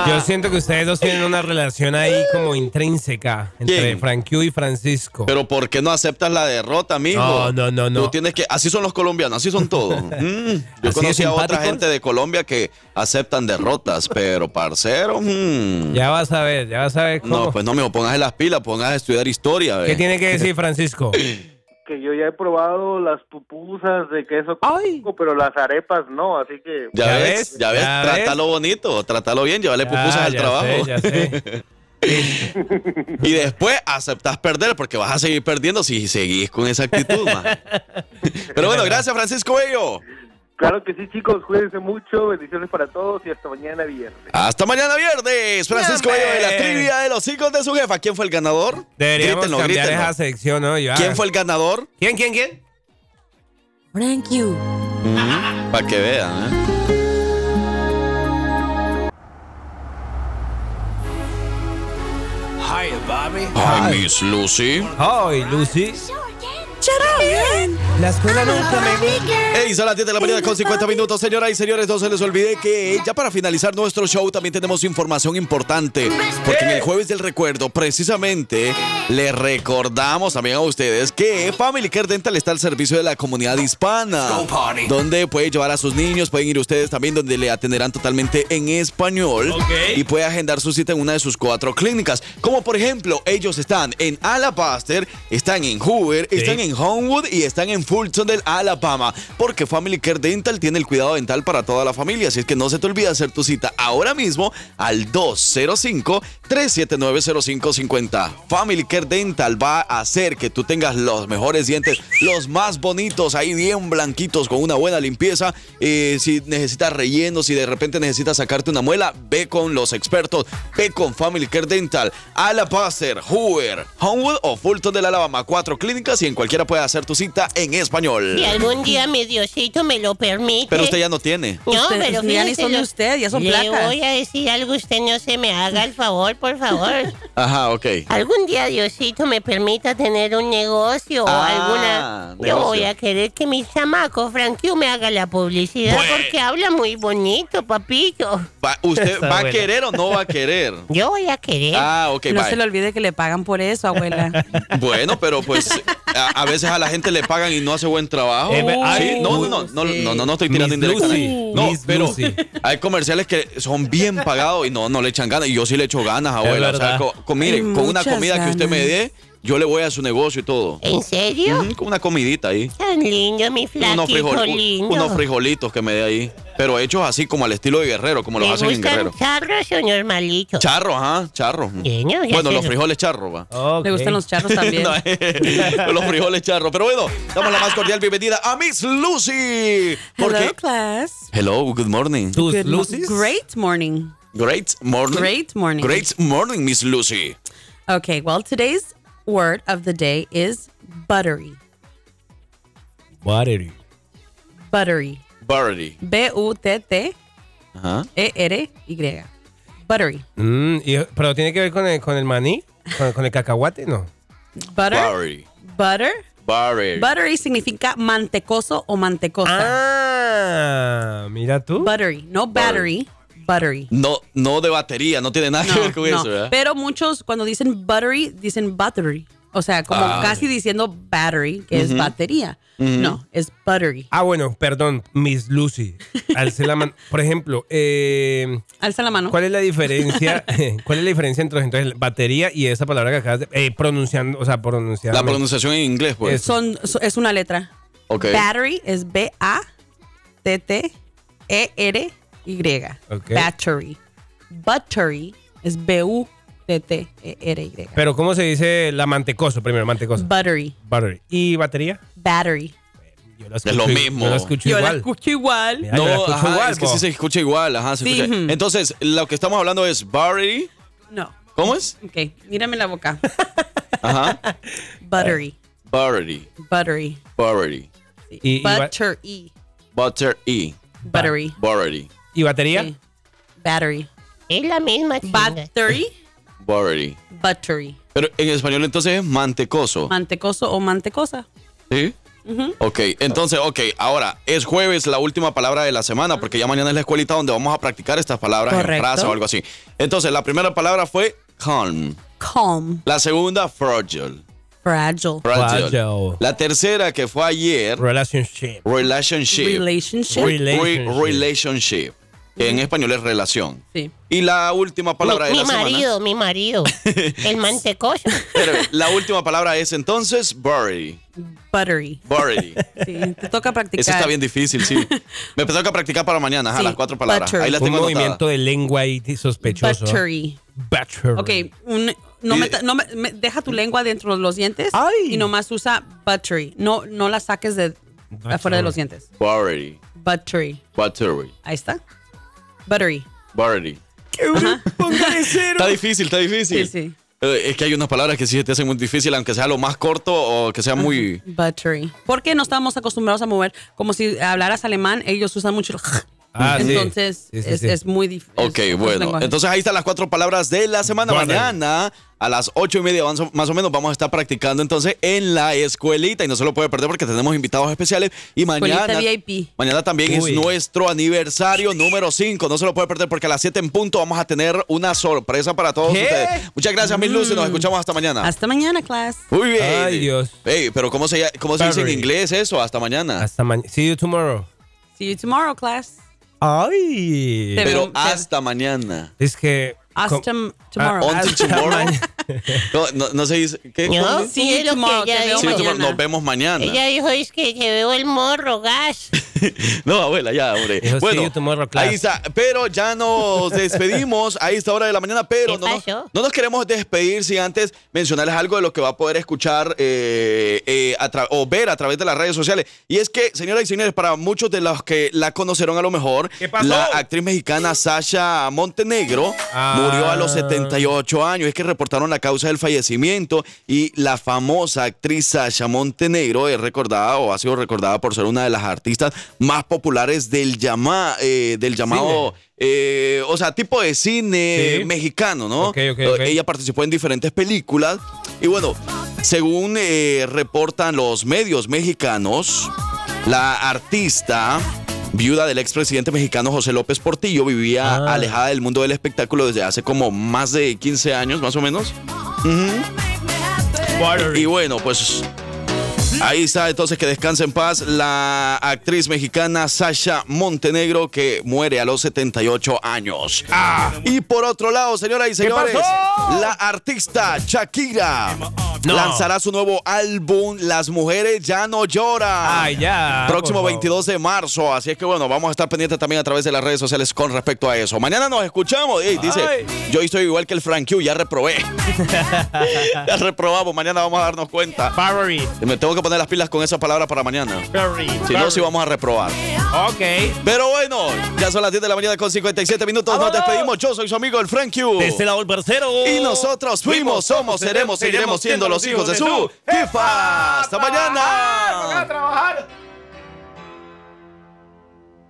D: Yo siento que ustedes dos tienen una relación ahí como intrínseca entre
B: ¿Quién?
D: Frankie y Francisco.
B: [laughs] Pero ¿por qué no aceptas la derrota, mijo?
D: No, no, no, no.
B: Tú tienes que... Así son los colombianos, así
D: [laughs]
B: son todos. Mm, yo
D: de
B: conocí a otra
D: simpáticos.
B: gente de Colombia que aceptan derrotas, pero parcero... hmm.
D: Ya vas a ver, ya vas a ver cómo.
B: No, pues no, mijo, pongas en las pilas, pongas a estudiar historia.
D: ¿Qué tiene que
B: [laughs]
D: decir Francisco?
O: Que yo ya he probado las pupusas de queso, con coco, pero las arepas no, así que.
B: ¿Ya, ves? ¿Ya ves? trátalo bonito, trátalo bien, llévale
O: Ya,
B: pupusas al
O: ya
B: trabajo.
O: sé, ya sé.
B: [laughs] y después aceptas perder porque vas a seguir perdiendo si seguís con esa actitud. ma. Pero bueno, gracias Francisco Bello.
O: Claro que sí, chicos, cuídense mucho, bendiciones para todos y hasta mañana viernes.
B: Hasta mañana viernes. Francisco
O: Bien,
B: Bello de la
O: hombre.
B: trivia de los hijos de su jefa. ¿Quién fue el ganador?
D: Deberíamos
B: Grítenlo,
D: cambiar
B: grítenlo.
D: esa sección, ¿no? Ya.
B: ¿Quién fue el ganador?
D: ¿Quién, quién, quién?
E: Thank you.
B: Para Mm, que vean. ¿eh?
C: Hi, Bobby.
B: Ay, Miss Lucy.
D: Ay, Lucy. La escuela nunca me
B: Ey, son las 10 de la mañana con 50 minutos, señoras y señores. No se les olvide que eh, ya para finalizar nuestro show también tenemos información importante. Porque en el jueves del recuerdo, precisamente, les recordamos también a ustedes que Family Care Dental está al servicio de la comunidad hispana.
C: Go party.
B: Ah, Donde puede llevar a sus niños, pueden ir ustedes también, donde le atenderán totalmente en español. Y puede agendar su cita en una de sus cuatro clínicas. Como por ejemplo, ellos están en Alabaster, están en Hoover, están en Homewood y están en Fulton del Alabama. Porque Family Care Dental tiene el cuidado dental para toda la familia. Así es que no se te olvide hacer tu cita ahora mismo al 205-379-0550. Family Care Dental va a hacer que tú tengas los mejores dientes, los más bonitos, ahí bien blanquitos, con una buena limpieza. Eh, si necesitas relleno, si de repente necesitas sacarte una muela, ve con los expertos, ve con Family Care Dental, Alabaster, Hoover, Homewood o Fulton del Alabama. Cuatro clínicas y en cualquiera puedes hacer tu cita en español.
A: Si algún día mi Diosito me lo permite.
B: Pero usted ya no tiene.
A: No,
I: Ustedes
A: pero
I: ya ni
A: fíjese,
I: son de
A: lo-
I: usted, ya son
A: Le
I: placas.
A: voy a decir algo, usted no se me haga el favor, por favor.
B: Ajá, ok.
A: Algún día Diosito me permita tener un negocio o
B: Ah,
A: alguna... Yo
B: negocio.
A: voy a querer que mi chamaco Frankie me haga la publicidad
B: Bueno.
A: porque habla muy bonito, papito.
B: Va- ¿Usted
A: Esa
B: va a
A: abuela.
B: querer o no va a querer?
A: Yo voy a querer.
B: Ah, ok,
I: no
B: bye.
I: se le olvide que le pagan por eso, abuela.
B: Bueno, pero pues a, a veces a la gente le pagan y no hace buen trabajo.
D: Eh, ve-
B: Sí,
D: ay,
B: no,
D: Lucy.
B: no, no, no, no, no, no estoy tirando
D: Miss
B: indirecta. a
D: Lucy,
B: nadie. No,
D: Miss
B: pero
D: Lucy.
B: hay comerciales que son bien pagados y no, no le echan ganas. Y yo sí le echo ganas, abuela. O sea,
D: verdad.
B: co- con, mire,
D: Hay
B: con una
D: muchas
B: comida que usted me
D: ganas.
B: dé, yo le voy a su negocio y todo.
A: ¿En serio?
B: Ujú, con una comidita ahí.
A: Tan lindo, mi flaquito
B: Unos, frijol- u-
A: lindo.
B: unos frijolitos que me dé ahí. Pero hechos así como al estilo de guerrero, como los
A: ¿Le
B: hacen en
A: gustan
B: guerrero.
A: charros o normalitos?
B: Charro, ajá, charro.
A: no, ya
B: Bueno,
A: sé
B: los
A: lo-
B: frijoles charro, va.
D: Oh.
I: Le gustan los
B: [laughs]
I: charros también.
B: No, eh, los frijoles charros. Pero bueno, damos la más cordial bienvenida a Miss Lucy.
I: Hello,
B: Porque.
I: class.
B: Hello, good morning.
I: Good mo- Great morning.
B: Great morning.
I: Great morning.
B: Great morning, Miss Lucy.
I: Okay, well, today's word of the day is buttery.
D: Buttery.
I: Buttery.
B: Buttery.
I: B-U-T-T-E-R-Y.
B: Ajá.
I: Buttery.
D: Mm, y- pero tiene que ver con el, con el maní, con, con el cacahuate, ¿no?
I: Butter. Butter.
B: Buttery.
I: Buttery significa mantecoso o mantecosa.
D: Ah, mira tú.
I: Buttery. No battery. Buttery. buttery.
B: [laughs] No, no de batería, no tiene nada que ver con
I: No,
B: eso, ¿verdad?
I: pero muchos cuando dicen buttery, dicen buttery. O sea, como
D: Ah,
I: casi diciendo battery, que es
D: Ujú.
I: batería.
D: Ujú.
I: No, es buttery.
D: Ah, bueno, perdón, Miss Lucy. Alcé la mano. Por ejemplo, eh,
I: Alza la mano.
D: ¿cuál es la diferencia? [laughs] ¿Cuál es la diferencia entre entonces, batería y esa palabra que acabas de eh, pronunciando? O sea, pronunciar.
B: La pronunciación en inglés, pues.
I: Son, so- es una letra.
B: Ok.
I: Battery es B-A-T-T-E-R-Y.
D: Ok.
I: E Battery. Buttery es E B-U-T-T-E-R-Y.
D: Pero ¿cómo se dice la mantecoso primero? Mantecoso.
I: Buttery.
D: Buttery. ¿Y batería?
I: Battery.
B: es lo mismo.
D: Yo la escucho
I: Yo la
D: igual.
I: escucho igual.
D: Mira, yo la
B: No,
D: escucho
B: ajá,
D: igual,
B: es que
D: po.
B: sí se escucha igual, ajá, se
I: Sí.
B: escucha. Entonces, lo que estamos hablando es buttery.
I: No.
B: ¿Cómo es?
I: Ok, mírame la boca. [laughs]
B: Ajá.
I: Buttery.
B: Buttery.
I: Buttery.
B: Buttery.
D: Y,
I: Buttery.
B: Buttery.
I: E. Buttery.
B: Buttery.
D: ¿Y batería?
I: Battery.
A: Es la misma.
I: Battery.
B: Buttery.
I: Buttery.
B: Pero en español entonces es mantecoso.
I: Mantecoso o mantecosa.
B: ¿Sí?
I: Ujú.
B: Ok, entonces, ok, ahora es jueves la última palabra de la semana, porque ya mañana es la escuelita donde vamos a practicar estas palabras en
I: Correcto.
B: frase o algo así. Entonces, la primera palabra fue calm.
I: Calm.
B: La segunda, fragile.
I: Fragile.
B: Fragile. La tercera que fue ayer,
D: relationship.
B: Relationship.
I: Relationship.
B: Re-
D: Relationship.
B: relationship, que en español es relación.
I: Sí.
B: Y la última palabra
A: mi
B: de la semana.
A: marido, mi
B: [laughs]
A: marido. El mantecoso.
B: Espérame, la última palabra es entonces bury.
I: Buttery.
B: Bury.
I: Sí, te toca practicar.
B: Eso está bien
I: [laughs]
B: difícil, sí. Me empezó a practicar para mañana, ajá,
I: Sí,
B: las cuatro palabras.
I: butter.
B: Ahí la
D: Un
B: tengo anotada.
D: movimiento de lengua ahí sospechoso.
I: Buttery.
D: Buttery.
I: Ok, un- no me, no me- me- deja tu lengua dentro de los dientes y nomás usa buttery. No, no la saques de afuera de los dientes.
B: Bury.
I: Buttery.
B: Buttery.
I: Ahí está. Buttery.
B: Bury.
I: [laughs]
B: Está difícil, está difícil.
I: Sí, sí.
B: Eh, Es que hay unas palabras que sí se te hacen muy difícil, aunque sea lo más corto o que sea muy...
I: Buttery. Porque no estamos acostumbrados a mover como si hablaras alemán. Ellos usan mucho el [laughs]
B: Ah, sí.
I: Entonces
B: Sí, sí,
I: es,
B: sí.
I: es muy difícil.
B: Ok, bueno.
I: lenguaje.
B: Entonces ahí están las cuatro palabras de la semana.
D: Vale.
B: Mañana a las ocho y media más o- más o menos vamos a estar practicando entonces en la escuelita y no se lo puede perder porque tenemos invitados especiales y mañana...
I: Escuelita VIP.
B: Mañana también
I: Uy.
B: es nuestro aniversario número 5. No se lo puede perder porque a las 7 en punto vamos a tener una sorpresa para todos
I: ¿Qué?
B: ustedes. Muchas gracias, Mil Luces. Nos escuchamos hasta mañana.
I: Hasta mañana, class.
B: Muy bien.
D: Mm. Ay, Dios.
B: Ey, pero ¿cómo se, cómo se dice en
D: Battery.
B: inglés eso? Hasta mañana.
D: Hasta mañana. See you tomorrow.
I: See you tomorrow, class.
D: Ay.
I: Te veo-
B: Pero
I: te-
B: hasta mañana.
D: Es que.
I: Hasta
D: com-
I: tomorrow.
D: Ah,
B: Until
D: hasta
B: tomorrow.
D: mañana.
B: [laughs] No, no, no se dice. ¿Qué?
A: No,
B: ¿Cómo?
A: sí, es lo que ella
B: Sí,
A: dijo.
B: tomorrow. Nos vemos mañana.
A: Ella dijo, es que te veo el morro, gas.
B: No, abuela, ya, hombre.
D: Dijo, see
B: bueno,
D: you tomorrow, class.
B: ahí está. Pero
A: [laughs]
B: ya nos despedimos a esta hora de la mañana, pero
A: ¿Qué
B: no nos,
A: pasó?
B: no nos queremos despedir sin antes mencionarles algo de lo que va a poder escuchar eh, eh, a tra- o ver a través de las redes sociales. Y es que, señoras y señores, para muchos de los que la conocieron a lo mejor,
D: ¿Qué pasó?
B: la actriz mexicana Sasha Montenegro
D: Ah.
B: murió a los 78 años. Es que reportaron la causa del fallecimiento y la famosa actriz Sasha Montenegro es recordada o ha sido recordada por ser una de las artistas más populares del, llama, eh, del llamado, eh, o sea, tipo de cine
D: Sí.
B: mexicano, ¿no? Eh,
D: Ok, ok, ok.
B: Ella participó en diferentes películas y bueno, según eh, reportan los medios mexicanos, la artista, viuda del expresidente mexicano José López Portillo, vivía
D: Ah.
B: alejada del mundo del espectáculo desde hace como más de 15 años, más o menos. Ujú. Y bueno, pues Ahí está, entonces que descanse en paz la actriz mexicana Sasha Montenegro que muere a los 78 años. Y por otro lado, señoras y señores, la artista Shakira
D: No.
B: lanzará su nuevo álbum Las mujeres ya no lloran.
D: Ay, ya,
B: Próximo
D: por favor.
B: 22 de marzo, así es que bueno, vamos a estar pendientes también a través de las redes sociales con respecto a eso. Mañana nos escuchamos. Ey, dice, yo estoy igual que el Frank Q,
D: [laughs]
B: ya reprobé. ya reprobamos, mañana vamos a darnos cuenta. Me tengo que poner las pilas con esa palabra para mañana. Si no, sí vamos a reprobar.
D: Ok.
B: Pero bueno, ya son las 10 de la mañana con 57 minutos. Nos despedimos. Yo soy su amigo el Frank Q.
D: Desde la Olvercero.
B: Y nosotros fuimos, somos, seremos, seguiremos siendo los hijos de su jefa. ¡Hasta mañana!
C: a trabajar!